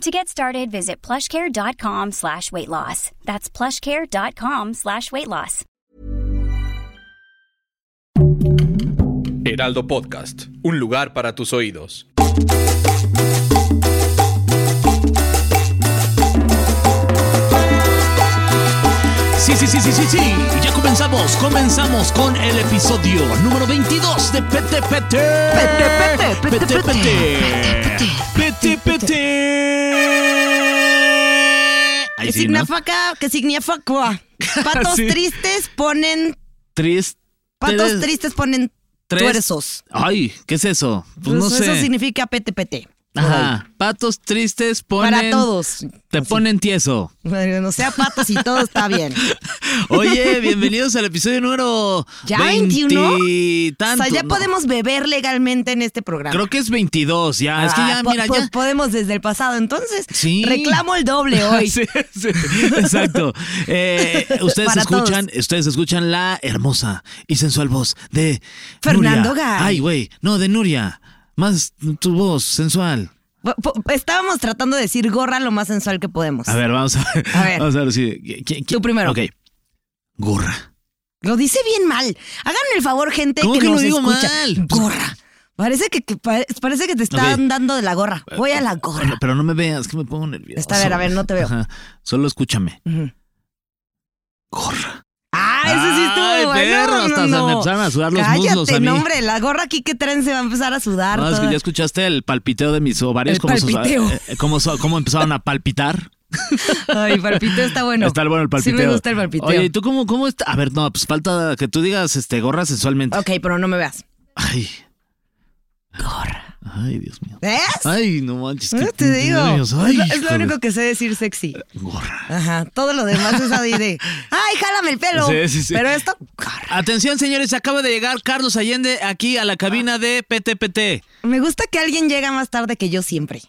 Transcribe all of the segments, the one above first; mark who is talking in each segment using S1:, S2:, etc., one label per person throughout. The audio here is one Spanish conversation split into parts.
S1: To get started, visit plushcare.com slash weight loss. That's plushcare.com slash weight loss.
S2: Heraldo Podcast, un lugar para tus oídos.
S3: Sí, sí, sí, sí, sí, sí. Y ya comenzamos, comenzamos con el episodio número 22 de Pete Pete.
S4: Pete, pete, pete,
S3: Pete Pete. Pete
S4: pete,
S3: Pete. Ahí
S4: ¿Qué
S3: sí, ¿no?
S4: significa? ¿Qué significa? cua? Patos
S3: Sí.
S4: tristes ponen.
S3: Tris-
S4: Patos
S3: tres-
S4: tristes ponen
S3: tres-
S4: tuerzos.
S3: Ay, ¿qué es eso? Pues, no
S4: Pues Eso
S3: sé.
S4: significa PTPT.
S3: Ajá. Patos tristes ponen.
S4: Para todos.
S3: Te ponen tieso.
S4: Bueno, no sea patos y todo está bien.
S3: Oye, bienvenidos al episodio número
S4: ¿Ya
S3: 21?
S4: 21? o
S3: Tanto,
S4: sea, ya
S3: no.
S4: podemos beber legalmente en este programa.
S3: Creo que es 22 ya. es que
S4: Ah,
S3: ya,
S4: po-
S3: mira,
S4: po-
S3: ya.
S4: Podemos desde el pasado, entonces.
S3: Sí.
S4: Reclamo el doble hoy.
S3: Sí, sí, exacto. Eh, ustedes
S4: Para
S3: escuchan, ustedes escuchan la hermosa y sensual voz de
S4: Fernando
S3: Nuria.
S4: Gay.
S3: Ay, güey, no de Nuria, más tu voz sensual.
S4: Po- po- Estábamos tratando de decir gorra lo más sensual que podemos.
S3: A ver, vamos a ver.
S4: A ver.
S3: Vamos a ver si ¿quién- quién-
S4: Tú primero.
S3: Ok. Gorra.
S4: Lo dice bien mal. Háganme el favor, gente
S3: ¿Cómo
S4: que,
S3: que lo
S4: nos
S3: digo
S4: escucha.
S3: mal?
S4: Gorra. Parece que, que pare- parece que te están
S3: Pues, Ok.
S4: dando de la gorra. Voy a la
S3: Bueno,
S4: gorra.
S3: pero no me veas, que me pongo nervioso.
S4: Está, a ver, a ver, no te veo.
S3: Ajá. Solo escúchame.
S4: Ujú.
S3: Gorra.
S4: Ah, ese sí estuvo
S3: Ay,
S4: bueno.
S3: perro, hasta se me
S4: Fernando.
S3: empezaron a sudar los
S4: Cállate,
S3: muslos a mí.
S4: no, hombre, la gorra aquí que traen se va a empezar a sudar.
S3: No, es que
S4: toda.
S3: ya escuchaste el palpiteo de mis ovarios.
S4: El
S3: cómo se-
S4: palpiteo.
S3: eh, cómo so- cómo empezaron a palpitar.
S4: Ay, palpiteo está bueno.
S3: Está bueno el palpiteo.
S4: Sí me gusta el palpiteo.
S3: Oye, ¿y tú cómo, cómo está? A ver, no, pues falta que tú digas este gorra sensualmente.
S4: Ok, pero no me veas.
S3: Ay. Gorra. Ay, Dios mío.
S4: ¿Ves?
S3: Ay, no manches.
S4: Eh,
S3: qué
S4: te digo.
S3: nervios. Ay,
S4: es, lo, es lo
S3: híjole.
S4: único que sé decir sexy.
S3: Gorra.
S4: Ajá. Todo lo demás es así de. ¡Ay, jálame el pelo!
S3: Sí, sí, sí.
S4: Pero esto. ¡ah! gorra.
S3: Atención, señores, acaba de llegar Carlos Allende aquí a la cabina de PTPT.
S4: Me gusta que alguien llega más tarde que yo siempre.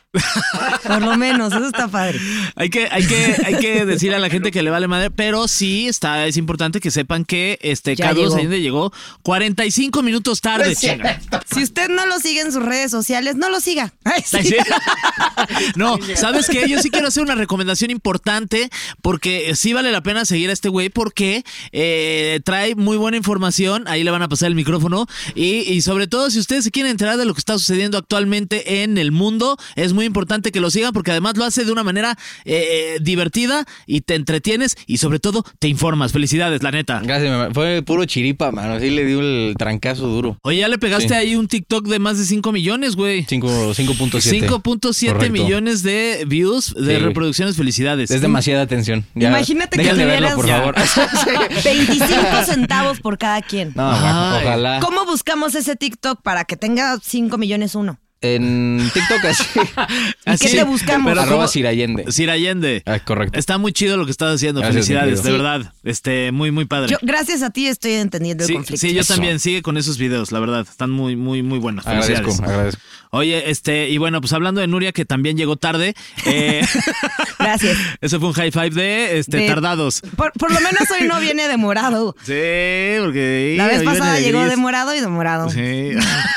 S4: Por lo menos, eso está padre.
S3: Hay que, hay que, hay que decir a la gente que le vale madre, pero sí está, es importante que sepan que este
S4: Ya
S3: Carlos
S4: llegó. Pues
S3: Allende llegó 45 minutos tarde. chinga.
S4: Si usted no lo sigue en sus redes sociales, no lo siga. Ay, sí.
S3: Ay, sí. No, ¿sabes qué? Yo sí quiero hacer una recomendación importante porque eh, sí vale la pena seguir a este güey porque eh, trae muy buena información. Ahí le van a pasar el micrófono. Y, y sobre todo, si ustedes se quieren enterar de lo que está sucediendo actualmente en el mundo, es muy importante que lo sigan porque además lo hace de una manera eh, eh, divertida y te entretienes y sobre todo te informas. Felicidades, la neta.
S5: Gracias, mamá. Fue puro chiripa, mano. Así le dio el trancazo duro.
S3: Oye, ya le pegaste
S5: Sí.
S3: ahí un TikTok de más de 5 millones, güey.
S5: Cinco- 5.7.
S3: 5.7
S5: Correcto.
S3: millones de views,
S5: Sí,
S3: de
S5: güey.
S3: reproducciones, felicidades.
S5: Es demasiada atención. Ya,
S4: Imagínate que
S5: déjenle
S4: tuvieras-
S5: verlo, por favor. Sí.
S4: 25 centavos por cada quien.
S5: No, bueno,
S3: Ay.
S5: ojalá.
S4: ¿Cómo buscamos ese TikTok para que tenga 5 millones uno?
S5: En TikTok así.
S4: ¿Y qué
S3: Así,
S4: te buscamos?
S3: pero
S5: Arroba
S3: ¿cómo?
S5: Sirayende.
S3: Sir Allende.
S5: Ah, correcto.
S3: Está muy chido lo que estás haciendo.
S5: Gracias,
S3: Felicidades, de
S5: mi
S4: querido.
S3: verdad. Este, muy, muy padre.
S4: Yo, gracias a ti estoy entendiendo el
S3: sí,
S4: conflicto.
S3: sí, yo
S5: Eso.
S3: también. Sigue con esos videos, la verdad. Están muy, muy, muy buenos.
S5: Agradezco,
S3: Felicidades.
S5: agradezco.
S3: Oye, este, y bueno, pues hablando de Nuria, que también llegó tarde. eh,
S4: Gracias.
S3: Ese fue un high five de, este,
S4: De-
S3: tardados.
S4: Por, por lo menos hoy no viene demorado.
S3: Sí, porque.
S4: La vez
S3: hoy viene
S4: pasada llegó
S3: gris.
S4: demorado y demorado.
S3: Sí.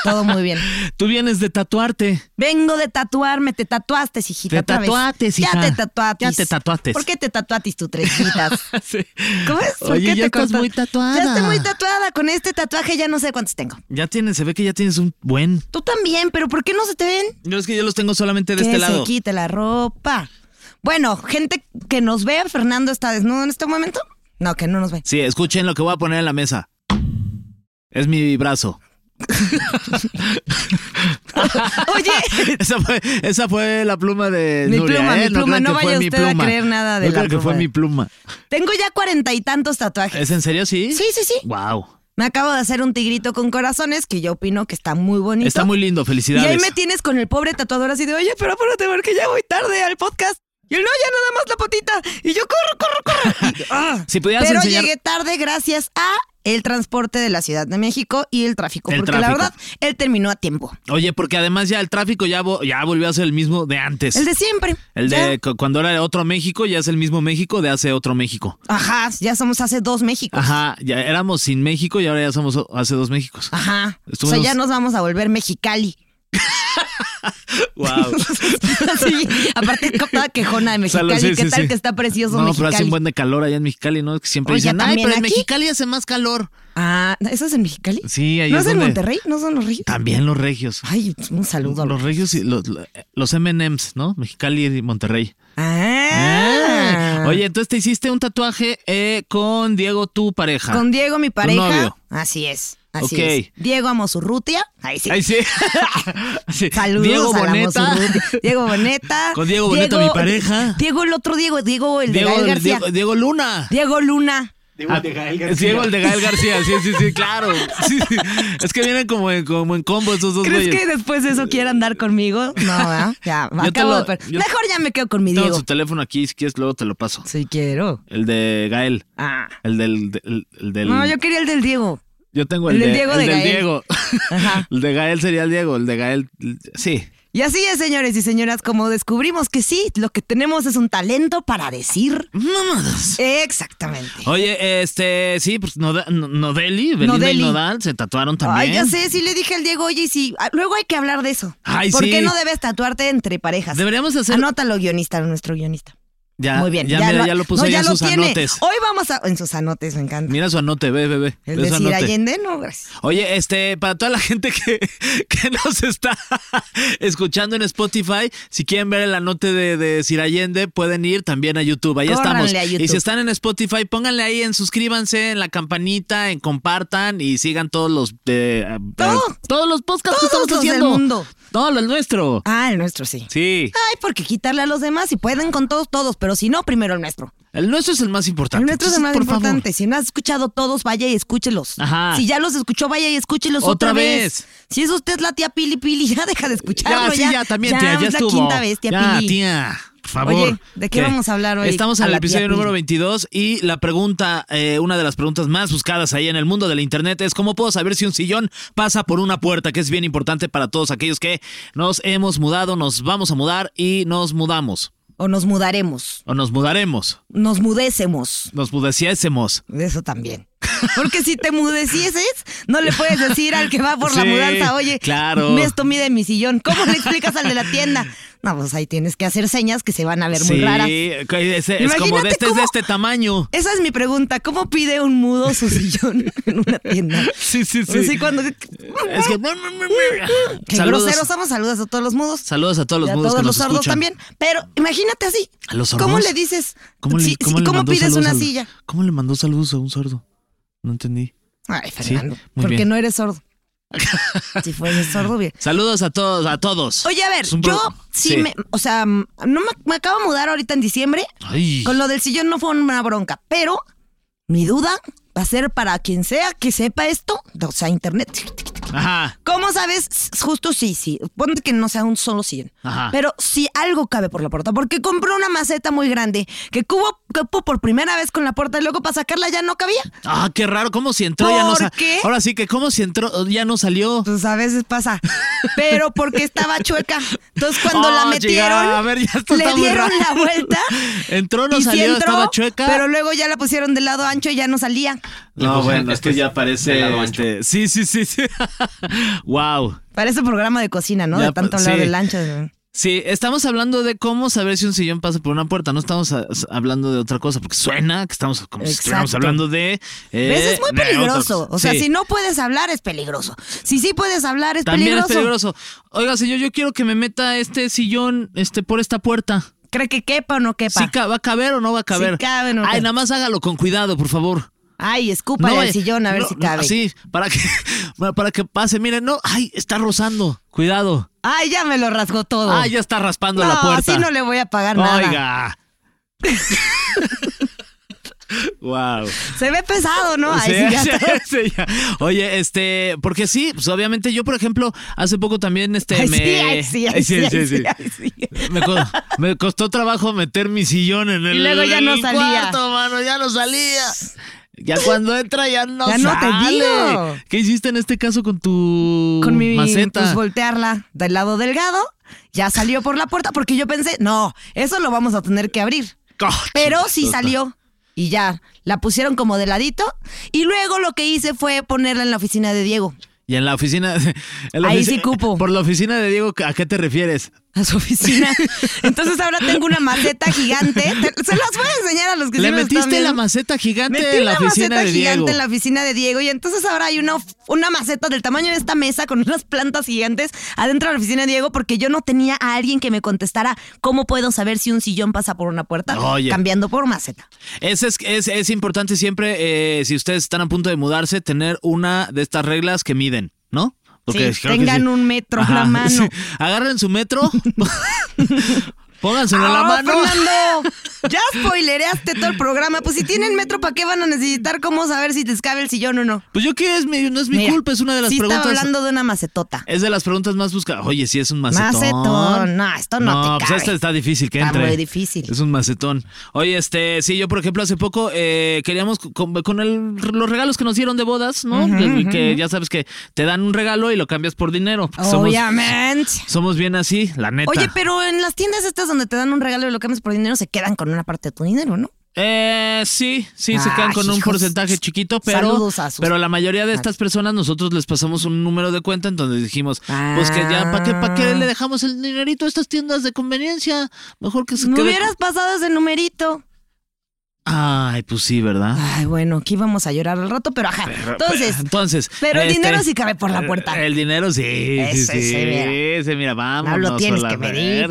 S4: Todo muy bien.
S3: Tú vienes de tatuarte.
S4: Vengo de tatuarme, te tatuaste, hijita.
S3: Te
S4: otra vez.
S3: tatuates, hija.
S4: Ya te tatuaste.
S3: Ya te tatuates.
S4: ¿Por qué te tatuates tú, trencitas?
S3: Sí.
S4: ¿Cómo es? ¿Por
S3: Oye,
S4: qué
S3: ya
S4: te
S3: estás
S4: cortas?
S3: muy tatuada.
S4: Ya estoy muy tatuada. Con este tatuaje ya no sé cuántos tengo.
S3: Ya tienes, se ve que ya tienes un buen.
S4: Tú también, pero ¿por qué no se te ven?
S3: Yo es que yo los tengo solamente de
S4: que
S3: este
S4: se
S3: lado.
S4: quite la ropa. Bueno, gente que nos ve, Fernando está desnudo en este momento. No, que no nos ve.
S3: Sí, escuchen lo que voy a poner en la mesa. Es mi brazo.
S4: Oye,
S3: Esa fue, esa fue la pluma de
S4: Mi
S3: Nuria,
S4: pluma,
S3: ¿eh?
S4: mi pluma.
S3: crean
S4: No
S3: que fue
S4: vaya
S3: mi
S4: usted a
S3: pluma.
S4: creer nada de
S3: No
S4: la
S3: crean que fue
S4: pluma.
S3: mi pluma.
S4: tengo ya cuarenta y tantos tatuajes.
S3: ¿Es en serio sí?
S4: Sí, sí, sí.
S3: Wow.
S4: Me acabo de hacer un tigrito con corazones que yo opino que está muy bonito.
S3: Está muy lindo,
S4: y
S3: felicidades.
S4: ahí me tienes con el pobre tatuador así de, oye, pero apúrate porque ya voy tarde al podcast. Y él, no, ya nada más la patita. Y yo, corro, corro, corro. Y, ah.
S3: Si pudieras
S4: Pero
S3: enseñar-
S4: llegué tarde gracias a el transporte de la Ciudad de México y el tráfico.
S3: El
S4: porque
S3: tráfico.
S4: la verdad, él terminó a tiempo.
S3: Oye, porque además ya el tráfico ya, vo- ya volvió a ser el mismo de antes.
S4: El de siempre.
S3: El
S4: Ya.
S3: de cu- cuando era otro México, ya es el mismo México de hace otro México.
S4: Ajá, ya somos hace dos México. Ajá.
S3: Ajá, ya éramos sin México y ahora ya somos o- hace dos Méxicos.
S4: Ah. O sea,
S3: Estuvimos-
S4: ya nos vamos a volver Mexicali.
S3: Wow.
S4: sí, aparte cada quejona de Mexicali, ¿qué tal que está precioso
S3: No, pero hace
S4: Mexicali?
S3: un buen de calor allá en Mexicali, ¿no? Es que siempre
S4: Oye,
S3: dicen, ay,
S4: ¿también
S3: pero en
S4: aquí?"
S3: Mexicali hace más calor.
S4: Ah, ¿eso es en Mexicali?
S3: Sí, ahí
S4: ¿No
S3: es
S4: es en
S3: donde-
S4: Monterrey? ¿No son los ríos?
S3: También los regios.
S4: Ay, un saludo. a
S3: Los regios y los, los M&M's, ¿no? Mexicali y Monterrey.
S4: Ah.
S3: Oye, entonces te hiciste un tatuaje eh, con Diego, tu pareja.
S4: Con Diego, mi pareja.
S3: novio.
S4: Así es. Así
S3: Ok.
S4: es. Diego Amosurrutia. Ahí sí.
S3: Ay, sí. Sí.
S4: Saludos
S3: Diego
S4: a la
S3: Boneta.
S4: Amosurrutia. Diego Boneta.
S3: Con Diego Boneta, mi pareja.
S4: Diego, el otro Diego, Diego, el
S3: Diego,
S4: de Gael
S3: el
S4: García.
S3: Diego- Diego Luna.
S4: Diego Luna.
S3: Ah, Diego el de Gael García, sí, sí, sí, claro. Sí, sí. Es que vienen como en, como en combo esos dos
S4: ¿Crees
S3: güeyes.
S4: que después de eso quiera andar conmigo? No, ¿verdad? Ya,
S3: Yo te
S4: acabo
S3: lo-
S4: de per-
S3: yo-
S4: Mejor ya me quedo con mi
S3: Tengo
S4: Diego.
S3: su teléfono aquí, si quieres luego te lo paso.
S4: Si quiero.
S3: El de Gael.
S4: Ah.
S3: El del... del- el del-
S4: No, yo quería el del Diego.
S3: yo tengo el,
S4: el del
S3: de-
S4: Diego
S3: el
S4: de
S3: del
S4: Gael.
S3: Diego.
S4: Ajá.
S3: El de Gael sería el Diego, el de Gael... Sí.
S4: Y así es, señores y señoras, como descubrimos que sí, lo que tenemos es un talento para decir.
S3: Mamadas.
S4: Exactamente.
S3: Eh. Oh, Oye, este, sí, pues Noda- No- Nodeli, Belinda
S4: Nodeli.
S3: y Nodal se tatuaron
S4: Ay,
S3: también.
S4: ya sé, sí le dije al Diego, oye, y sí, ah, luego hay que hablar de eso.
S3: Ay,
S4: ¿Por
S3: sí.
S4: qué no debes tatuarte entre parejas?
S3: Deberíamos hacer...
S4: Anótalo, guionista, nuestro guionista.
S3: ya,
S4: Muy bien.
S3: Ya, mira, ya lo puso
S4: no,
S3: ahí
S4: ya
S3: en
S4: lo
S3: sus
S4: tiene. Oh.
S3: anotes.
S4: Hoy vamos a... En sus anotes, me encanta.
S3: Mira su anote, ve, ve, ve. Ve
S4: Es
S3: su
S4: decir,
S3: anote.
S4: Allende, no, gracias.
S3: Oye, este, para toda la gente que, que nos está escuchando en Spotify, si quieren ver el anote de, de Sir Allende, pueden ir también a YouTube. Ahí
S4: Córranle
S3: estamos.
S4: a YouTube.
S3: Y si están en Spotify, pónganle ahí en suscríbanse, en la campanita, en compartan y sigan todos los eh, eh,
S4: Todo.
S3: todos los podcasts que
S4: Todos
S3: estamos
S4: los del
S3: haciendo.
S4: mundo.
S3: Todo lo nuestro.
S4: Ah, el nuestro sí.
S3: Sí.
S4: Ay, porque quitarle a los demás, si pueden con todos, todos, pero si no, primero el nuestro.
S3: El nuestro es el más importante.
S4: El nuestro es el
S3: Entonces,
S4: más
S3: por favor.
S4: importante. Si no has escuchado todos, vaya y escúchelos.
S3: Ajá.
S4: Si ya los escuchó, vaya y escúchelos otra,
S3: Otra
S4: vez.
S3: vez.
S4: Si es usted la tía Pili Pili, ya deja de escucharlo.
S3: Ya, sí, ya, también, tía, ya
S4: es la
S3: estuvo.
S4: quinta vez, tía
S3: ya,
S4: Pili.
S3: tía, por favor.
S4: Oye, ¿de qué vamos a hablar hoy?
S3: Estamos en
S4: A
S3: el
S4: la tía
S3: episodio
S4: Pili.
S3: número 22 y la pregunta, eh, una de las preguntas más buscadas ahí en el mundo del internet es ¿cómo puedo saber si un sillón pasa por una puerta? Que es bien importante para todos aquellos que nos hemos mudado, nos vamos a mudar y nos mudamos.
S4: O nos mudaremos.
S3: O nos mudaremos,
S4: Nos mudésemos.
S3: nos mudeciésemos.
S4: De Eso también. Porque si te mudecieses, no le puedes decir al que va por la
S3: Sí,
S4: mudanza, oye,
S3: claro.
S4: me esto mide mi sillón. ¿Cómo le explicas al de la tienda? No, pues ahí tienes que hacer señas que se van a ver muy
S3: sí,
S4: raras.
S3: es, es como
S4: Imagínate
S3: de este, es
S4: cómo-
S3: de este tamaño.
S4: Esa es mi pregunta. ¿Cómo pide un mudo su sillón en una tienda?
S3: Sí, sí, sí.
S4: Así cuando.
S3: Es que...
S4: Qué groseros somos. Saludos a todos los mudos.
S3: Saludos a todos los
S4: y a
S3: mudos
S4: todos
S3: que
S4: los
S3: nos
S4: sordos
S3: escuchan.
S4: también. Pero imagínate así.
S3: ¿A los
S4: ¿Cómo
S3: sordos?
S4: le dices?
S3: ¿Cómo, le,
S4: Sí, sí,
S3: cómo le
S4: ¿cómo
S3: mandó
S4: pides
S3: saludos
S4: una
S3: al-
S4: silla?
S3: ¿Cómo le mandó saludos a un sordo? No entendí.
S4: Ay, Fernando.
S3: muy
S4: porque
S3: bien.
S4: no eres sordo. si fueras sordo, bien.
S3: Saludos a todos, a todos.
S4: Oye, a ver,
S3: Es un
S4: yo
S3: pro-
S4: sí, me. O sea, no me, me acabo de mudar ahorita en diciembre.
S3: Ay.
S4: Con lo del sillón no fue una bronca. Pero mi duda va a ser para quien sea que sepa esto. O sea, internet.
S3: Ajá.
S4: ¿Cómo sabes? S- Justo sí, sí. Ponte que no sea un solo sillón.
S3: Ajá.
S4: Pero si algo cabe por la puerta. Porque compré una maceta muy grande que cubo, cupo por primera vez con la puerta y luego para sacarla ya no cabía.
S3: Ah, qué raro, cómo si entró ya no
S4: ¿Por
S3: sa-
S4: qué?
S3: Ahora sí que cómo si entró ya no salió.
S4: Pues a veces pasa. Pero porque estaba chueca. Entonces cuando la
S3: Oh,
S4: metieron,
S3: chica, a ver, ya esto
S4: le
S3: está muy
S4: dieron
S3: raro.
S4: la vuelta.
S3: Entró, no
S4: y sí
S3: salió,
S4: entró,
S3: estaba chueca.
S4: Pero luego ya la pusieron del lado ancho y ya no salía.
S3: No, bueno, es que ya
S5: Del
S3: parece
S5: lado
S3: este, sí, sí, sí, sí. wow.
S4: Parece programa de cocina, ¿no?
S3: Ya,
S4: de tanto
S3: pues,
S4: hablar
S3: sí.
S4: del ancho. de-
S3: Sí, estamos hablando de cómo saber si un sillón pasa por una puerta, no estamos a- hablando de otra cosa, porque suena que estamos como si estuviéramos
S4: Exacto.
S3: hablando de... eh,
S4: ¿Ves? Es muy
S3: de otra
S4: peligroso.
S3: cosa.
S4: O sea,
S3: Sí.
S4: si no puedes hablar, es peligroso. Si sí puedes hablar, es
S3: También
S4: peligroso.
S3: es peligroso. Oiga, señor, yo quiero que me meta este sillón este, por esta puerta.
S4: ¿Cree que quepa o no quepa?
S3: ¿Sí ca- ¿Va a caber o no va a caber?
S4: cabe, no cabe.
S3: Ay, nada más hágalo con cuidado, por favor.
S4: Ay, escúpale al
S3: vaya-
S4: sillón a ver
S3: no,
S4: si cabe.
S3: no, sí, para que, bueno, para que pase. Miren, no, ay, está rozando. Cuidado.
S4: Ay, ya me lo rasgó todo.
S3: Ay, Ah, ya está raspando
S4: no,
S3: la puerta.
S4: así no le voy a pagar nada.
S3: Oiga. Wow.
S4: Se ve pesado, ¿no? Ay, sí, ya está.
S3: Oye, este, porque sí, pues obviamente yo, por ejemplo, hace poco también este
S4: Ay,
S3: me
S4: sí, ay, sí, ay, sí, ay, sí, ay, sí.
S3: Me, co- me costó trabajo meter mi sillón en el
S4: luego ya
S3: en
S4: no
S3: el
S4: salía.
S3: cuarto, mano, ya no salía. Ya cuando entra ya no
S4: Ya no te
S3: sale.
S4: digo.
S3: ¿Qué hiciste en este caso con tu
S4: Con mi
S3: Uh, maceta?
S4: Pues voltearla del lado delgado, ya salió por la puerta, porque yo pensé, no, eso lo vamos a tener que abrir.
S3: Coch-
S4: Pero sí salió. Y ya, la pusieron como de ladito. Y luego lo que hice fue ponerla en la oficina de Diego,
S3: Y en la oficina. en la
S4: Ahí
S3: ofici-
S4: sí cupo.
S3: Por la oficina de Diego, ¿a qué te refieres?
S4: a su oficina. Entonces ahora tengo una maceta gigante. Te- se las voy a enseñar a los que sí
S3: Le
S4: nos están
S3: metiste la
S4: viendo.
S3: maceta gigante
S4: Metí
S3: en la
S4: una
S3: oficina
S4: maceta
S3: de
S4: gigante
S3: Diego.
S4: en la oficina de Diego y entonces ahora hay una, of- una maceta del tamaño de esta mesa con unas plantas gigantes adentro de la oficina de Diego porque yo no tenía a alguien que me contestara cómo puedo saber si un sillón pasa por una puerta
S3: Oye.
S4: cambiando por maceta.
S3: Es, es, es, es importante siempre, eh, si ustedes están a punto de mudarse, tener una de estas reglas que miden, ¿no?
S4: Sí,
S3: creo que
S4: tengan un metro en la mano.
S3: Agarren su metro, pónganselo en la
S4: ¡Ah,
S3: mano.
S4: Fernando! Ya spoilereaste todo el programa. Pues si tienen metro, ¿para qué van a necesitar cómo saber si les cabe el sillón o no?
S3: Pues yo qué es, mi, no es mi
S4: Mira,
S3: culpa, es una de las
S4: sí
S3: preguntas.
S4: estaba hablando de una macetota.
S3: Es de las preguntas más buscadas. Oye, si es un macetón.
S4: Macetón, no, esto no te
S3: pues
S4: cabe.
S3: este está difícil que
S4: Está
S3: entre.
S4: muy difícil.
S3: Es un macetón. Oye, este, sí, yo por ejemplo hace poco eh, queríamos con, con el- los regalos que nos dieron de bodas, ¿no? El que ya sabes que te dan un regalo y lo cambias por dinero. porque Somos,
S4: Obviamente.
S3: somos bien así, la neta.
S4: Oye, pero en las tiendas estas donde te dan un regalo y lo cambias por dinero, se quedan con una parte de tu dinero, ¿no?
S3: Eh, sí, sí, se
S4: Ay,
S3: quedan con un
S4: hijos.
S3: porcentaje chiquito, pero,
S4: Saludos a sus-
S3: pero la mayoría de estas personas nosotros les pasamos un número de cuenta en donde dijimos,
S4: Ah.
S3: pues que ya, ¿para qué, pa' qué le dejamos el dinerito a estas tiendas de conveniencia? Mejor que se
S4: Me
S3: quede-
S4: hubieras pasado ese numerito.
S3: Ay, pues sí, ¿verdad?
S4: Ay, bueno, aquí vamos a llorar al rato, pero ajá. Entonces,
S3: Entonces.
S4: pero el
S3: este,
S4: dinero sí cabe por la puerta.
S3: El dinero sí, sí,
S4: Ese
S3: sí.
S4: sí, mira.
S3: ese, mira, vamos.
S4: tienes que pedir.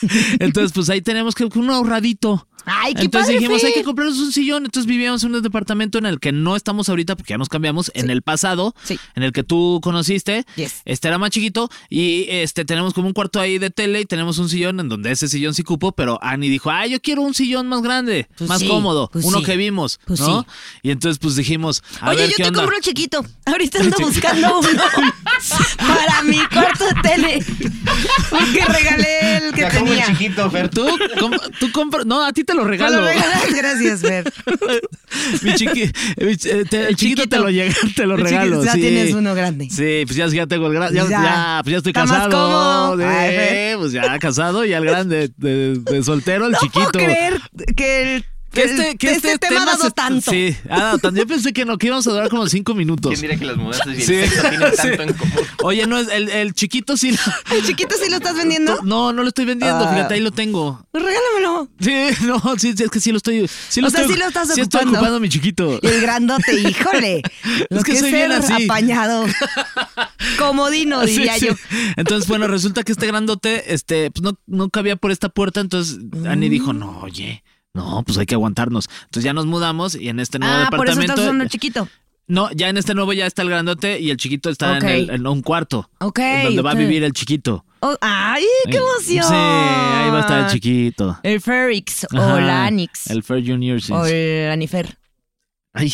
S3: Entonces, pues ahí tenemos que un ahorradito.
S4: Ay, qué
S3: Entonces
S4: padre
S3: dijimos,
S4: fue.
S3: hay que comprarnos un sillón. Entonces vivíamos en un departamento en el que no estamos ahorita porque ya nos cambiamos. En el pasado,
S4: Sí.
S3: en el que tú conociste,
S4: Yes.
S3: este era más chiquito y este tenemos como un cuarto ahí de tele y tenemos un sillón en donde ese sillón sí cupo, pero Annie dijo, ah, yo quiero un sillón más grande,
S4: Pues
S3: más
S4: sí,
S3: cómodo,
S4: pues
S3: uno
S4: sí,
S3: que vimos,
S4: pues
S3: ¿no?
S4: sí.
S3: Y entonces pues dijimos, a
S4: Oye,
S3: ver
S4: yo
S3: qué
S4: te
S3: onda.
S4: compro el chiquito. Ahorita ando buscando uno para mi cuarto de tele. Porque regalé el que tenía.
S5: chiquito, Fer.
S3: Tú, com- tú compra- no, a ti te lo
S4: Me
S3: regalo.
S4: lo regalaste, gracias, Fer.
S3: Mi chiqui- mi ch- eh, te- el chiquito,
S4: chiquito.
S3: te lo llega, te lo
S4: El chiquito,
S3: regalo.
S4: ya
S3: sí.
S4: tienes uno grande.
S3: Sí, pues ya, ya tengo el grande. Ya,
S4: Ya.
S3: ya, pues ya estoy
S4: Está más
S3: casado.
S4: cómodo.
S3: Sí,
S4: Ay, Fer.
S3: pues ya casado y al grande de, de soltero, el
S4: No
S3: chiquito.
S4: puedo creer que el,
S3: Que este, que este,
S4: tema ha dado
S3: se-
S4: tanto.
S3: Sí, ha dado tanto. Yo pensé que no, que íbamos a durar como cinco minutos.
S5: ¿Quién diría que las mudanzas y el
S3: Sí.
S5: sexo tienen tanto
S3: Sí.
S5: en común?
S3: Oye, no, es- el, el chiquito sí. lo-
S4: El chiquito sí lo estás vendiendo.
S3: No, no lo estoy vendiendo, fíjate, ahí lo tengo.
S4: Pues Regálamelo.
S3: Sí, no, sí, sí, es que sí lo estoy. Sí lo
S4: O sea,
S3: estoy,
S4: sí lo estás
S3: sí estoy
S4: ocupando.
S3: ocupando mi chiquito.
S4: Y el grandote, híjole. Lo
S3: Es que
S4: que, es
S3: soy bien
S4: ser
S3: así.
S4: apañado. Comodino,
S3: Sí,
S4: diría
S3: sí.
S4: yo.
S3: Entonces, bueno, resulta que este grandote, este, pues no, no cabía por esta puerta. Entonces,
S4: Mm.
S3: Ani dijo, no, oye, no, pues hay que aguantarnos. Entonces ya nos mudamos y en este nuevo
S4: Ah, por eso
S3: departamento.
S4: estás usando el chiquito.
S3: no, ya en este nuevo ya está el grandote y el chiquito está
S4: Ok.
S3: en, el- en un cuarto.
S4: Ok,
S3: En donde va a
S4: ok.
S3: vivir el chiquito.
S4: Oh, ¡Ay, qué emoción!
S3: Sí, ahí va a estar el chiquito.
S4: El Ferrix o
S3: Ajá,
S4: la Anix.
S3: El Fair Junior. sí.
S4: O el Anifer.
S3: Ay,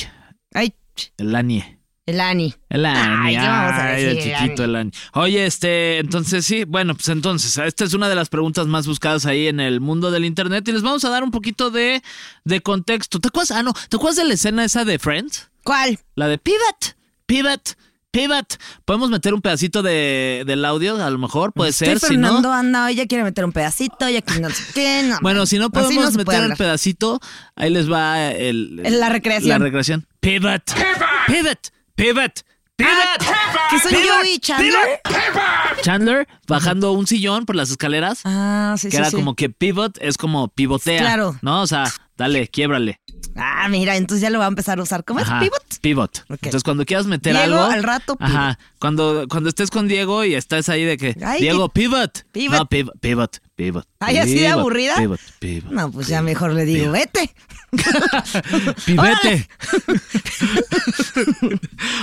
S4: Ay, ch,
S3: el Anie.
S4: el Ani.
S3: El Ani,
S4: Ay, ¿qué vamos a
S3: ay, el
S4: decir,
S3: chiquito el Ani. Oye, este, entonces sí, bueno, pues entonces, esta es una de las preguntas más buscadas ahí en el mundo del internet y les vamos a dar un poquito de, de contexto. ¿Te acuerdas? Ah, no, ¿te acuerdas de la escena esa de Friends?
S4: ¿Cuál?
S3: La de Pivot, Pivot, Pivot. ¿Podemos meter un pedacito de, del audio? A lo mejor puede ser,
S4: Estoy
S3: si no.
S4: Fernando anda, ella quiere meter un pedacito, ella quiere no sé qué. no,
S3: Bueno, si no
S4: así
S3: podemos
S4: se puede
S3: meter el
S4: hablar.
S3: pedacito, ahí les va el,
S4: La recreación.
S3: La recreación. Pivot. Pivot. Pivot. Pivot.
S4: Ah, Que soy yo y Chandler.
S3: Chandler bajando un sillón por las escaleras.
S4: Ah, sí,
S3: que
S4: sí,
S3: era
S4: sí.
S3: como que pivot es como pivotea.
S4: Claro.
S3: ¿No? O sea, dale, quiebrale.
S4: Ah, mira, entonces ya lo va a empezar a usar. ¿Cómo es?
S3: Ajá,
S4: ¿Pivot?
S3: Pivot.
S4: Ok.
S3: Entonces, cuando quieras meter
S4: Diego,
S3: algo.
S4: al rato, pivot.
S3: Ajá. Cuando, cuando estés con Diego y estás ahí de que.
S4: Ay,
S3: Diego, pivot.
S4: pivot.
S3: No, pivot, pivot, pivot.
S4: Ay, así de
S3: pivot,
S4: aburrida.
S3: Pivot, pivot.
S4: No, pues ya mejor le digo, vete.
S3: Pivete.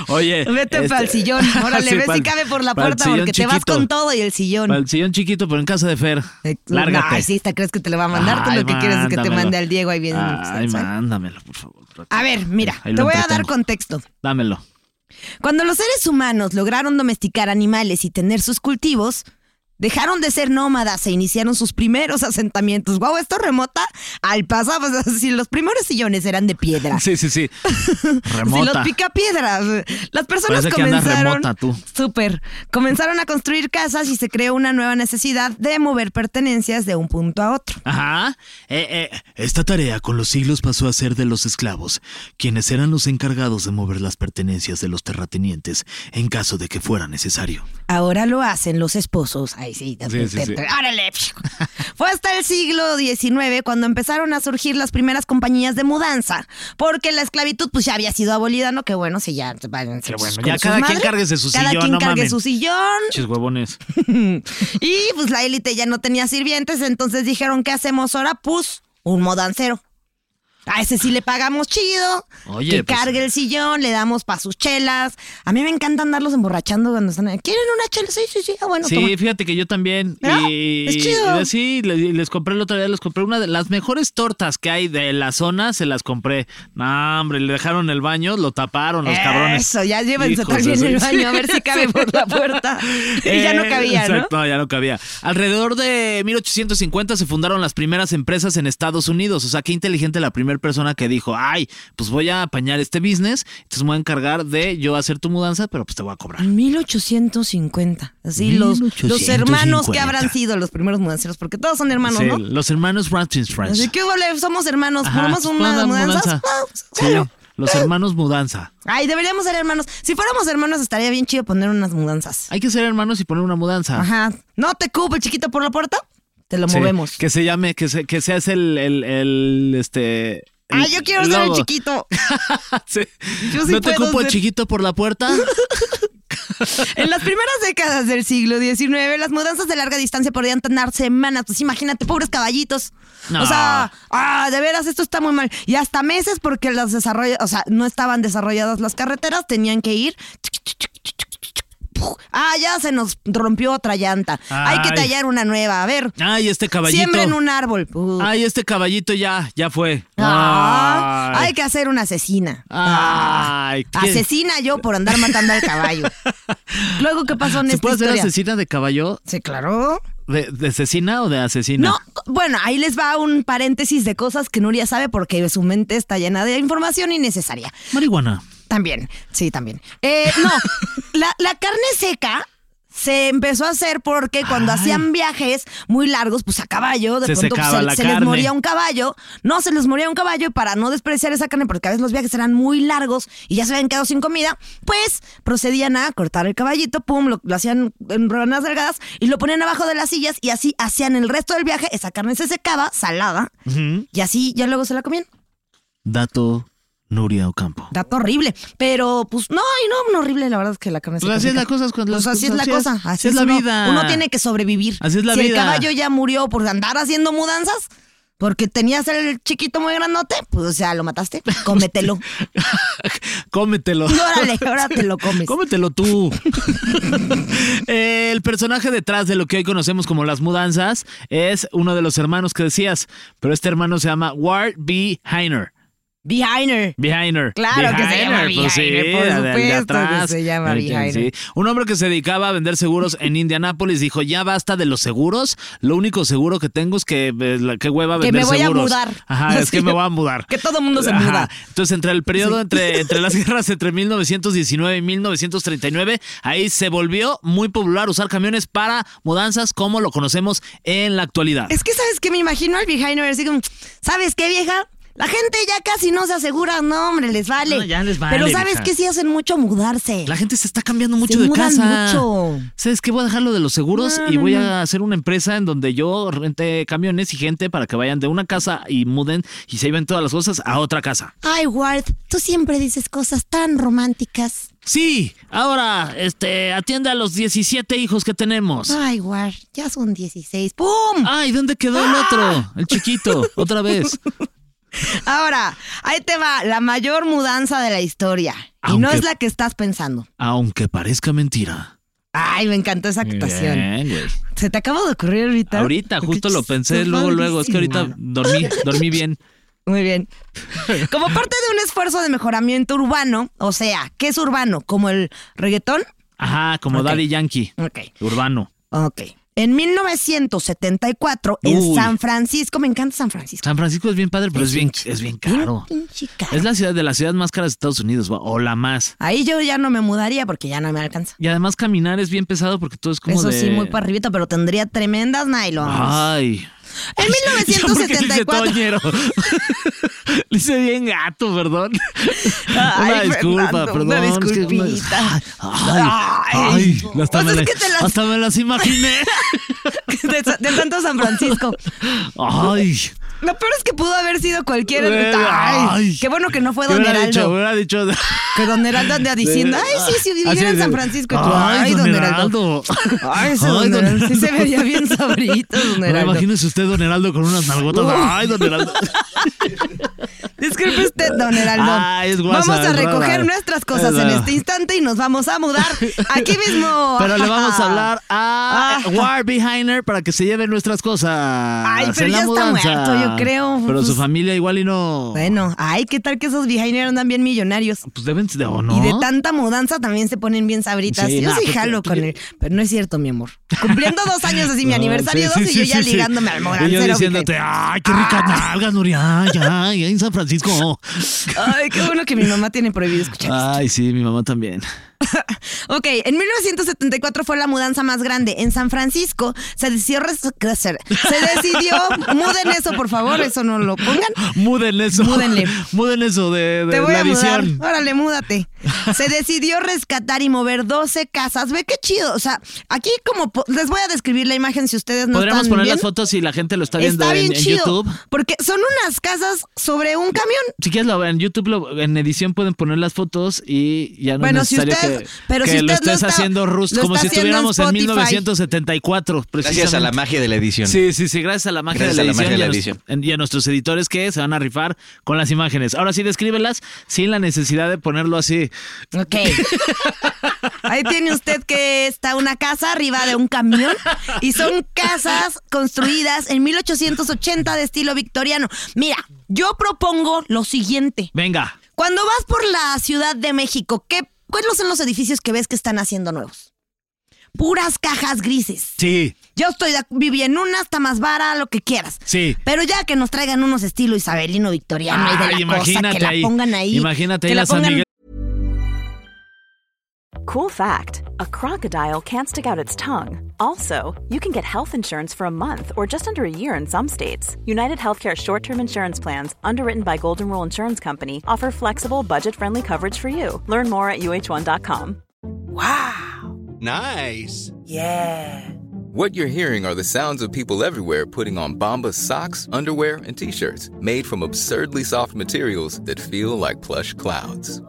S3: Oye.
S4: Vete
S3: este-
S4: para el sillón. Órale,
S3: Sí,
S4: ve si
S3: pa'l-
S4: cabe por la
S3: pa'l
S4: puerta
S3: sillón
S4: porque te vas
S3: chiquito.
S4: con todo y el sillón.
S3: Para el sillón chiquito, pero en casa de Fer.
S4: Eh,
S3: Lárgate.
S4: Ay, sí, esta crees que te lo va a mandar. Tú
S3: Ay,
S4: lo que quieres es que te
S3: mándamelo.
S4: mande al Diego ahí bien.
S3: Ay,
S4: sensual.
S3: mándamelo, por favor.
S4: a ver, mira,
S3: Ahí
S4: te
S3: lo
S4: voy a dar
S3: entretengo.
S4: contexto.
S3: Dámelo.
S4: Cuando los seres humanos lograron domesticar animales y tener sus cultivos, dejaron de ser nómadas e iniciaron sus primeros asentamientos. Guau, esto remota al pasado. O sea, si los primeros sillones eran de piedra.
S3: Sí, sí, sí.
S4: Si
S3: Remota.
S4: los picapiedras. Las personas
S3: Parece que andas
S4: comenzaron.
S3: remota, tú.
S4: Súper. Comenzaron a construir casas y se creó una nueva necesidad de mover pertenencias de un punto a otro.
S3: Ajá. Eh, eh, Esta tarea con los siglos pasó a ser de los esclavos, quienes eran los encargados de mover las pertenencias de los terratenientes en caso de que fuera necesario.
S4: Ahora lo hacen los esposos. Ay, sí.
S3: Sí, sí, sí.
S4: ¡Órale! Fue hasta el siglo XIX cuando empezaron a surgir las primeras compañías de mudanza. Porque la esclavitud, pues ya había sido abolida, ¿no? Que bueno, si ya van
S3: Qué bueno, ya cada quien cárguese su
S4: Cada
S3: sillón,
S4: quien
S3: no
S4: cargue
S3: mamen.
S4: su sillón.
S3: Chis huevones.
S4: Y pues la élite ya no tenía sirvientes, entonces dijeron, ¿qué hacemos ahora? Pues un modancero. A ese sí le pagamos chido.
S3: Oye,
S4: que
S3: pues-
S4: cargue el sillón, le damos pa' sus chelas. A mí me encanta andarlos emborrachando cuando están ahí. ¿Quieren una chela? Sí, sí, sí. Ah, bueno,
S3: Sí,
S4: toma.
S3: fíjate que yo también.
S4: ¿Verdad?
S3: Y,
S4: Es chido.
S3: y sí, le- les, compré la otra vez, les compré una de las mejores tortas que hay de la zona, se las compré. No, hombre, le dejaron el baño, lo taparon los cabrones.
S4: Eso, ya llévense
S3: Hijos de
S4: también
S3: su-
S4: el baño a ver si cabe por la puerta. Y ya no
S3: Eh,
S4: cabía, ¿no?
S3: exacto, ya no cabía. Alrededor de 1850 se fundaron las primeras empresas en Estados Unidos. O sea, qué inteligente la primera persona que dijo, ay, pues voy a apañar este business, entonces me voy a encargar de yo hacer tu mudanza, pero pues te voy a cobrar.
S4: En 1850. Así los, los
S3: 1850.
S4: hermanos que habrán sido los primeros mudanceros, porque todos son hermanos,
S3: Sí,
S4: ¿no?
S3: Los hermanos Ratchenstrauss.
S4: Así que ole, somos hermanos,
S3: Ajá,
S4: formamos
S3: pues,
S4: una
S3: manda
S4: mudanza. Ah,
S3: Sí,
S4: bueno.
S3: los hermanos mudanza.
S4: Ay, deberíamos ser hermanos. Si fuéramos hermanos, estaría bien chido poner unas mudanzas.
S3: Hay que ser hermanos y poner una mudanza.
S4: Ajá. No te cupo el chiquito por la puerta, te lo
S3: Sí,
S4: movemos.
S3: Que se llame, que se, que seas el, el, el, este.
S4: Ay, Ah, yo quiero ser el
S3: logo.
S4: chiquito.
S3: Sí.
S4: Yo sí
S3: no te
S4: puedo
S3: cupo el
S4: ser-
S3: chiquito por la puerta.
S4: En las primeras décadas del siglo XIX, las mudanzas de larga distancia podían tardar semanas. Pues imagínate, pobres caballitos. O
S3: No.
S4: sea, ah, de veras, esto está muy mal. Y hasta meses porque las desarrolla, o sea, no estaban desarrolladas las carreteras, tenían que ir. Ah, ya se nos rompió otra llanta. Hay que
S3: Ay.
S4: tallar una nueva. A ver,
S3: Ay, este caballito.
S4: siembren un árbol. Puta.
S3: Ay, este caballito ya, ya fue.
S4: Ah,
S3: Ay.
S4: hay que hacer una asesina. Ah,
S3: Ay, ¿qué?
S4: Asesina yo por andar matando al caballo. Luego, ¿qué pasó en
S3: ¿Se
S4: esta
S3: puede hacer
S4: historia?
S3: asesina de caballo?
S4: Sí, claro.
S3: ¿De, de asesina o de asesina?
S4: No, bueno, ahí les va un paréntesis de cosas que Nuria sabe porque su mente está llena de información innecesaria.
S3: Marihuana.
S4: También, sí, también. Eh, no, la, la carne seca se empezó a hacer porque cuando
S3: Ay.
S4: hacían viajes muy largos, pues a caballo, de
S3: Se
S4: pronto pues,
S3: secaba
S4: se,
S3: la
S4: se les
S3: carne.
S4: moría un caballo. No, se les moría un caballo y para no despreciar esa carne, porque a veces los viajes eran muy largos y ya se habían quedado sin comida, pues procedían a cortar el caballito, pum, lo, lo hacían en rebanadas delgadas y lo ponían abajo de las sillas y así hacían el resto del viaje. Esa carne se secaba, salada,
S3: Ujú.
S4: y así ya luego se la comían.
S3: Dato Nuria Ocampo.
S4: Dato horrible. Pero, pues, no, y no, no horrible, la verdad es que la carne
S3: Pues así es la cosa, cuando
S4: Pues
S3: las
S4: así es la
S3: cosas-
S4: cosa. Así, es
S3: la
S4: uno-
S3: vida.
S4: Uno tiene que sobrevivir.
S3: Así es la
S4: si el
S3: vida.
S4: caballo ya murió por andar haciendo mudanzas, porque tenías el chiquito muy grandote, pues, o sea, lo mataste, cómetelo.
S3: Cómetelo.
S4: Y órale, ahora te lo comes.
S3: Cómetelo tú. el personaje detrás de lo que hoy conocemos como las mudanzas es uno de los hermanos que decías, pero este hermano se llama Ward B. Heiner.
S4: Behinder.
S3: Behinder. pues
S4: Claro que se llama Behinder, por
S3: de- de
S4: supuesto que
S3: atrás.
S4: se llama
S3: Ay,
S4: Behinder.
S3: sí. Un hombre que se dedicaba a vender seguros en Indianápolis dijo, ya basta de los seguros, lo único seguro que tengo es que, eh, la- qué hueva
S4: Que
S3: vender
S4: me voy a
S3: seguros".
S4: mudar.
S3: Ajá, es que me voy a mudar.
S4: Que todo mundo se
S3: Ajá.
S4: muda.
S3: Entonces, entre el periodo, entre, entre las guerras, entre 1919 y 1939, ahí se volvió muy popular usar camiones para mudanzas como lo conocemos en la actualidad.
S4: Es que, ¿sabes qué? Me imagino al Behinder así como, ¿sabes qué, vieja? La gente ya casi no se asegura, no, hombre, les vale.
S3: No, ya les vale,
S4: Pero ¿sabes
S3: vieja.
S4: qué? Sí hacen mucho mudarse.
S3: La gente se está cambiando mucho de
S4: mudan
S3: casa.
S4: mucho.
S3: ¿Sabes qué? Voy a dejar lo de los seguros
S4: No,
S3: y
S4: no,
S3: voy
S4: no.
S3: a hacer una empresa en donde yo rente camiones y gente para que vayan de una casa y muden y se lleven todas las cosas a otra casa.
S4: Ay, Ward, tú siempre dices cosas tan románticas.
S3: Sí, ahora, este, atiende a los 17 hijos que tenemos.
S4: Ay, Ward, ya son 16. ¡Pum!
S3: Ay, ¿dónde quedó el otro? El chiquito, otra vez.
S4: Ahora, ahí te va la mayor mudanza de la historia. Y no
S3: Aunque-
S4: es la que estás pensando.
S3: Aunque parezca mentira.
S4: Ay, me encantó esa actuación.
S3: Bien, güey.
S4: Se te acaba de ocurrir ahorita.
S3: Ahorita, justo lo pensé luego, luego. Es que ahorita dormí, dormí bien.
S4: Muy bien. Como parte de un esfuerzo de mejoramiento urbano, o sea, ¿qué es urbano? ¿Como el reggaetón?
S3: Ajá, como
S4: Ok.
S3: Daddy Yankee.
S4: Ok,
S3: Urbano.
S4: ok. En 1974, en
S3: Uy.
S4: San Francisco, me encanta San Francisco.
S3: San Francisco es bien padre, pero es bien, es bien caro.
S4: Pinche cara.
S3: Es la ciudad de las ciudades más caras de Estados Unidos, va, o la más.
S4: Ahí yo ya no me mudaría porque ya no me alcanza.
S3: Y además caminar es bien pesado porque todo es como
S4: Eso
S3: de...
S4: sí, muy para arribita, pero tendría tremendas nylons.
S3: Ay.
S4: En
S3: Ya porque le hice
S4: 1974.
S3: toñero. Le hice bien gato, perdón.
S4: Ay,
S3: una disculpa,
S4: Fernando,
S3: perdón.
S4: una
S3: es que-
S4: disculpita.
S3: Ay,
S4: Ay,
S3: ay, hasta,
S4: pues
S3: me
S4: es
S3: la-
S4: que te las-
S3: hasta me las imaginé.
S4: de, sa- de tanto San Francisco.
S3: Ay.
S4: Lo peor es que pudo haber sido cualquier.
S3: Ay.
S4: Ay, qué bueno que no fue
S3: ¿Qué
S4: Don
S3: hubiera
S4: Heraldo.
S3: dicho? Hubiera dicho...
S4: Que Don Heraldo anda diciendo, ay, sí, si
S3: Así
S4: viviera en
S3: de-
S4: San Francisco. Y tú,
S3: ay, don,
S4: Heraldo.
S3: Heraldo.
S4: Ay, ese don
S3: don-
S4: Heraldo. Sí se vería bien sabrito, don
S3: Ahora
S4: Heraldo.
S3: Imagínese usted, don Heraldo, con unas nalgotas.
S4: Uy.
S3: Ay, don Heraldo.
S4: Disculpe usted, don Heraldo.
S3: Ay, es guasa,
S4: vamos a
S3: es
S4: recoger
S3: rara.
S4: nuestras cosas
S3: Es
S4: en
S3: rara.
S4: este instante y nos vamos a mudar aquí mismo.
S3: Pero le vamos a hablar a
S4: Ah.
S3: War Behinder para que se lleve nuestras cosas.
S4: Ay, pero
S3: en
S4: ya
S3: la
S4: está
S3: mudanza.
S4: muerto, yo creo.
S3: Pero su
S4: Pues-
S3: familia igual y no.
S4: Bueno, ay, qué tal que esos behinder andan bien millonarios.
S3: Pues deben de o no.
S4: Y de tanta mudanza también se ponen bien sabritas.
S3: Sí,
S4: yo
S3: nah,
S4: sí
S3: pues,
S4: jalo
S3: tú-
S4: con él. Pero no es cierto, mi amor. Cumpliendo dos años así, mi
S3: Ah,
S4: aniversario
S3: sí,
S4: dos,
S3: sí,
S4: y yo
S3: sí,
S4: ya
S3: sí.
S4: ligándome al
S3: Y yo
S4: morancero.
S3: diciéndote,
S4: behinder.
S3: ay, qué ricas
S4: Ah.
S3: nalgas, Nuria. Ay, ay, en San Francisco.
S4: Ay, qué bueno que mi mamá tiene prohibido escuchar.
S3: Ay, sí, mi mamá también.
S4: Ok, en 1974 fue la mudanza más grande. En San Francisco se decidió res- crecer. Se decidió, muden eso, por favor, eso no lo pongan.
S3: Múdenle eso.
S4: Múdenle.
S3: Múdenle eso de, de
S4: Te voy
S3: la
S4: a mudar. Ah,
S3: visión.
S4: Órale, múdate. Se decidió rescatar y mover 12 casas. Ve qué chido. O sea, aquí como po- les voy a describir la imagen si ustedes no
S3: Podríamos
S4: están
S3: poner
S4: bien.
S3: las fotos si la gente lo está viendo
S4: Está
S3: en-
S4: bien
S3: en,
S4: chido.
S3: YouTube.
S4: Porque son unas casas sobre un camión.
S3: Si quieres, lo- en YouTube, lo- en edición pueden poner las fotos y ya no
S4: Bueno,
S3: es
S4: si
S3: necesario
S4: usted-
S3: que,
S4: pero
S3: que
S4: si
S3: lo
S4: usted lo
S3: estés
S4: está-
S3: haciendo rust,
S4: lo
S3: como
S4: está
S3: si
S4: haciendo en
S3: estuviéramos en,
S4: Spotify.
S3: 1974.
S5: Gracias a la
S3: precisamente.
S5: magia de la edición.
S3: Sí, sí, sí, gracias a la magia
S5: Gracias
S3: de la
S5: a la magia
S3: edición,
S5: de
S3: y,
S5: la
S3: a nos-
S5: edición.
S3: en- y a nuestros editores que se van a rifar con las imágenes. Ahora sí, descríbelas sin la necesidad de ponerlo así.
S4: Ok. Ahí tiene usted que está una casa arriba de un camión y son casas construidas en 1880 de estilo victoriano. Mira, yo propongo lo siguiente.
S3: Venga.
S4: Cuando vas por la Ciudad de México, ¿qué, ¿cuáles son los edificios que ves que están haciendo nuevos? Puras cajas grises.
S3: Sí,
S4: Yo estoy de, viví en una, está más vara, lo que quieras.
S3: sí.
S4: Pero ya que nos traigan unos estilo isabelino victoriano y de
S3: Ay,
S4: la cosa, que
S3: Ah, imagínate
S4: la
S3: ahí.
S4: pongan ahí.
S3: Imagínate
S4: que
S3: ahí
S4: la
S3: la San
S4: pongan-
S3: Miguel.
S6: Cool fact a crocodile can't stick out its tongue. Also, you can get health insurance for a month or just under a year in some states. United Healthcare short term insurance plans, underwritten by Golden Rule Insurance Company, offer flexible, budget friendly coverage for you. Learn more at uh1.com.
S7: Nice. Yeah. What you're hearing are the sounds of people everywhere putting on Bombas socks, underwear, and t-shirts made from absurdly soft materials that feel like plush clouds.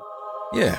S7: Yeah,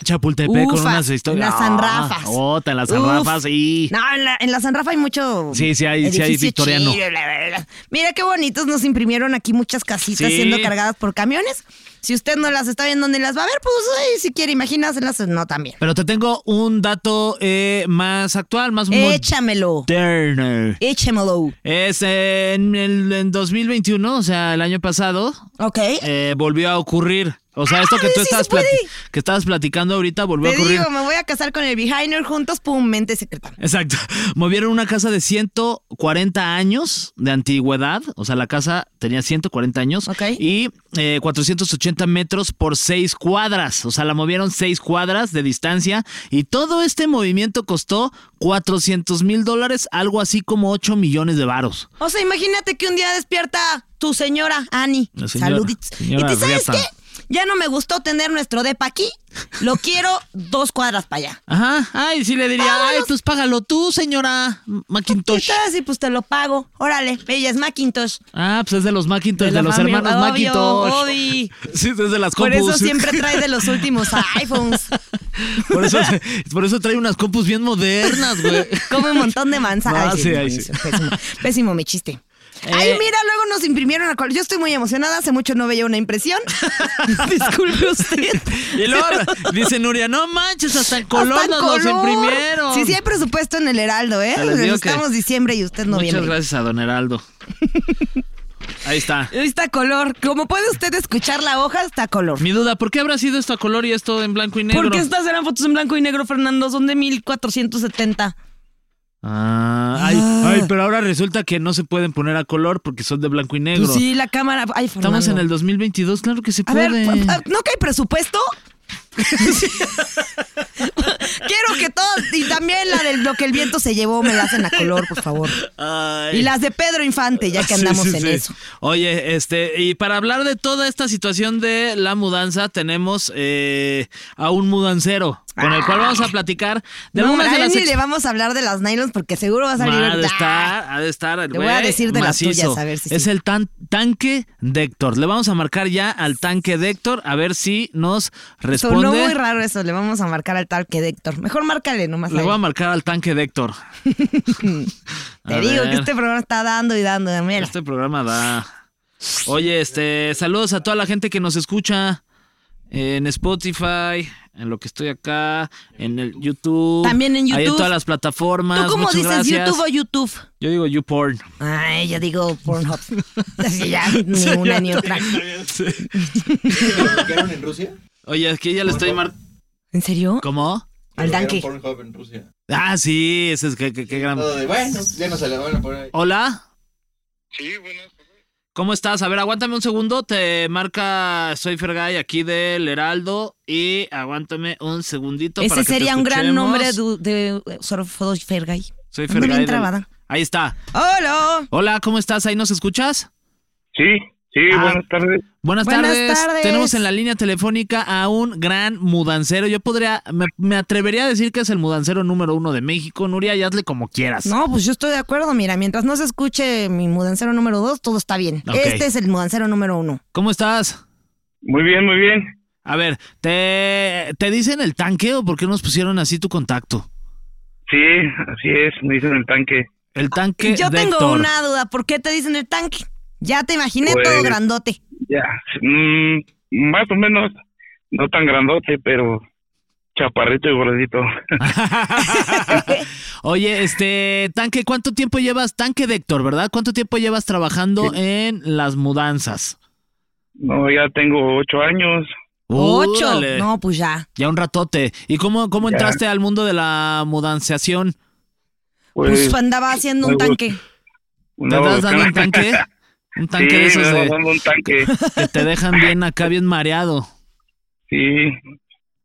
S3: Chapultepec con
S4: Ufa,
S3: unas historias.
S4: en las San Rafas.
S3: Ah, ota, en las San
S4: Uf.
S3: Rafas, sí.
S4: No, en la, en la San Rafa hay mucho.
S3: Sí, sí hay- sí hay
S4: edificio
S3: victoriano.
S4: chido, bla, bla, bla. Mira qué bonitos nos imprimieron aquí muchas casitas
S3: Sí.
S4: siendo cargadas por camiones. Si usted no las está viendo ni las va a ver, pues ay, si quiere imagínárselas, no también.
S3: Pero te tengo un dato eh, más actual, más
S4: Eh, Échamelo.
S3: moderno.
S4: Échamelo.
S3: Es eh, en, el, en 2021, o sea, el año pasado,
S4: Ok.
S3: eh, volvió a ocurrir. O sea, esto
S4: Ah,
S3: que tú
S4: sí se
S3: estabas,
S4: puede.
S3: plati- que estabas platicando ahorita volvió
S4: Te
S3: a ocurrir.
S4: digo, me voy a casar con el behinder juntos, pum, mente secreta.
S3: Exacto. Movieron una casa de 140 años de antigüedad. O sea, la casa tenía 140 años.
S4: Ok.
S3: Y eh, 480 metros por 6 cuadras. O sea, la movieron 6 cuadras de distancia. Y todo este movimiento costó 400 mil dólares, algo así como 8 millones de varos.
S4: O sea, imagínate que un día despierta tu señora Annie.
S3: La señora-
S4: Saluditos.
S3: señora
S4: y te sabes
S3: Riata.
S4: qué? ya no me gustó tener nuestro depa aquí, lo quiero dos cuadras para allá.
S3: Ajá. Ay, sí le diría, ay, pues págalo tú, señora Macintosh.
S4: Estás y pues te lo pago. Órale, ella es Macintosh.
S3: Ah, pues es de los Macintosh, de,
S4: la
S3: los
S4: familia-
S3: hermanos
S4: obvio,
S3: Macintosh.
S4: obvi.
S3: Sí, es de las
S4: Por
S3: compus.
S4: eso siempre trae de los últimos iPhones.
S3: por, eso, por eso trae unas compus bien modernas, güey.
S4: Come un montón de manzanas.
S3: No,
S4: Ay,
S3: sí, Eh.
S4: no,
S3: ay,
S4: eso,
S3: sí.
S4: Pésimo, pésimo mi chiste. Ay, mira, luego nos imprimieron la cual. Yo estoy muy emocionada, hace mucho no veía una impresión. Disculpe usted.
S3: Y luego dice Nuria, no manches, hasta el color
S4: Hasta en
S3: nos
S4: color.
S3: los imprimieron.
S4: Sí, sí hay presupuesto en el Heraldo, ¿eh?
S3: Te les digo que-
S4: Estamos diciembre y usted noviembre.
S3: Muchas gracias a don Heraldo. Ahí está.
S4: Ahí está color. Como puede usted escuchar la hoja, está color.
S3: Mi duda, ¿por qué habrá sido esto a color y esto en blanco y negro?
S4: Porque estas eran fotos en blanco y negro, Fernando, son de 1470.
S3: Ah, ay, ay, pero ahora resulta que no se pueden poner a color porque son de blanco y negro.
S4: Pues sí, la cámara. Ay, Fernando.
S3: Estamos en el 2022, claro que se
S4: A
S3: puede.
S4: ver, pa- pa- ¿no que hay presupuesto? Quiero que todos, y también la de lo que el viento se llevó, me la hacen a color, por favor.
S3: Ay.
S4: Y las de Pedro Infante, ya que
S3: Sí,
S4: andamos
S3: sí,
S4: en
S3: sí.
S4: eso.
S3: Oye, este, y para hablar de toda esta situación de la mudanza, tenemos eh, a un mudancero con el cual vamos a platicar de
S4: No,
S3: algunas de
S4: a él
S3: las
S4: ni
S3: ex-
S4: le vamos a hablar de las nylons porque seguro va a salir.
S3: Ha de
S4: ahorita.
S3: estar, ha de estar. el
S4: Le voy a
S3: güey
S4: decir de las tuyas, a ver si
S3: Es
S4: sí.
S3: el tan- tanque de Héctor. Le vamos a marcar ya al tanque de Héctor a ver si nos responde.
S4: Sonó muy raro eso, le vamos a marcar al tal que de Héctor. Mejor márcale nomás. a
S3: Le voy a
S4: él.
S3: marcar al tanque de Héctor.
S4: Te
S3: A
S4: digo que
S3: ver.
S4: este programa está dando y dando. Mira.
S3: Este programa da. Oye, este, saludos a toda la gente que nos escucha en Spotify, en lo que estoy acá, en el YouTube.
S4: También en
S3: Ahí en
S4: YouTube.
S3: todas las plataformas.
S4: ¿Tú cómo
S3: Muchas
S4: dices
S3: gracias.
S4: YouTube o YouTube?
S3: Yo digo YouPorn.
S4: Ay, yo digo Pornhub. Así ya, ni una ni otra.
S2: ¿Bloquearon en Rusia?
S3: Oye, aquí ya le estoy mar...
S4: ¿En serio?
S3: ¿Cómo?
S4: Al tanque.
S2: Pornhub en Rusia.
S3: Ah, sí, ese es que, que- que gran.
S2: bueno, ya no se la van a poner.
S3: Hola,
S8: Sí, buenas tardes.
S3: ¿cómo estás? A ver, aguántame un segundo. Te marca Soy Fergay aquí del Heraldo. Y aguántame un segundito. para
S4: Ese
S3: que te
S4: sería un gran
S3: escuchemos.
S4: nombre du- de, de Sorofodos Fergay.
S3: Soy
S4: Ando
S3: Fergay.
S4: bien
S3: del-
S4: trabada.
S3: Ahí está.
S4: ¡Hola!
S3: Hola, ¿cómo estás? ¿Ahí nos escuchas?
S8: Sí, sí,
S3: Ah.
S8: buenas tardes.
S3: Buenas,
S4: Buenas
S3: tardes.
S4: tardes.
S3: Tenemos en la línea telefónica a un gran mudancero. Yo podría, me, me atrevería a decir que es el mudancero número uno de México. Nuria, y hazle como quieras.
S4: No, pues yo estoy de acuerdo. Mira, mientras no se escuche mi mudancero número dos, todo está bien.
S3: Ok.
S4: Este es el mudancero número uno.
S3: ¿Cómo estás?
S8: Muy bien, muy bien.
S3: A ver, ¿te, ¿te dicen el tanque o por qué nos pusieron así tu contacto?
S8: Sí, así es, me dicen el tanque.
S3: El tanque
S4: Yo
S3: de
S4: tengo
S3: Héctor.
S4: una duda. ¿Por qué te dicen el tanque? Ya te imaginé
S8: Pues-
S4: todo grandote.
S8: Ya, mm, más o menos, no tan grandote, pero chaparrito y gordito.
S3: Oye, este tanque, ¿cuánto tiempo llevas? Tanque de Héctor, ¿verdad? ¿Cuánto tiempo llevas trabajando en las mudanzas?
S8: no, ya tengo ocho años.
S4: Ocho.
S3: Órale.
S4: No, pues ya.
S3: Ya un ratote. ¿Y cómo, cómo
S8: Ya.
S3: entraste al mundo de la mudanceación?
S8: Pues,
S4: Pues andaba haciendo un
S8: me gusta.
S4: tanque.
S3: ¿Te
S8: andaba
S3: andabas dando un
S8: buscando-
S3: tanque? Un tanque
S8: sí,
S3: de esos
S8: me andaba
S3: de,
S8: dando un tanque.
S3: que te dejan bien acá, bien mareado.
S8: Sí,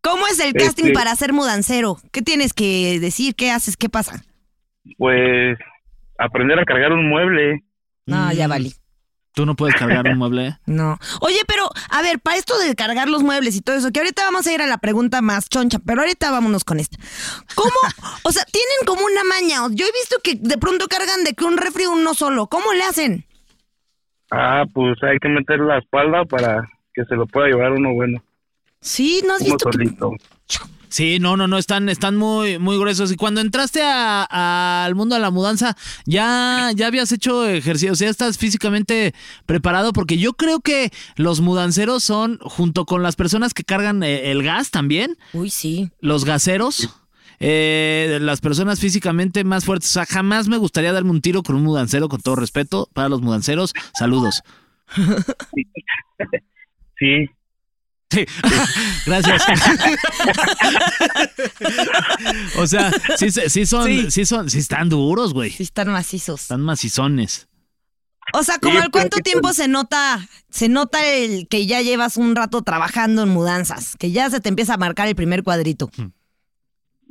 S4: ¿Cómo es el casting
S8: Este-
S4: para ser mudancero? ¿Qué tienes que decir? ¿Qué haces? ¿Qué pasa?
S8: pues aprender a cargar un mueble.
S4: No, ya
S3: Mm.
S4: valí.
S3: ¿Tú no puedes cargar un mueble?
S4: No. Oye, pero, a ver, para esto de cargar los muebles y todo eso, que ahorita vamos a ir a la pregunta más choncha, pero ahorita vámonos con esta. ¿Cómo? o sea, tienen como una maña. Yo he visto que de pronto cargan de que un refri uno solo. ¿Cómo le hacen?
S8: Ah, pues hay que meter la espalda para que se lo pueda llevar uno bueno,
S4: Sí, ¿no has
S8: uno
S4: visto? que-
S8: solito.
S3: Sí, no, no, no, están, están muy, muy gruesos. Y cuando entraste a- a- al mundo de la mudanza, ya, ya habías hecho ejercicio, o sea, estás físicamente preparado, porque yo creo que los mudanceros son, junto con las personas que cargan eh, el gas también,
S4: Uy, sí.
S3: los gaseros, eh, las personas físicamente más fuertes. O sea, jamás me gustaría darme un tiro con un mudancero, con todo respeto para los mudanceros. Saludos.
S8: Sí,
S3: Sí. Gracias. o sea, sí, se- sí son, sí.
S4: Sí.
S3: son, sí están duros, güey.
S4: Sí, están macizos.
S3: Están macizones.
S4: O sea, como
S8: Sí,
S4: al cuánto
S8: pero-
S4: tiempo se nota, se nota el que ya llevas un rato trabajando en mudanzas, que ya se te empieza a marcar el primer cuadrito.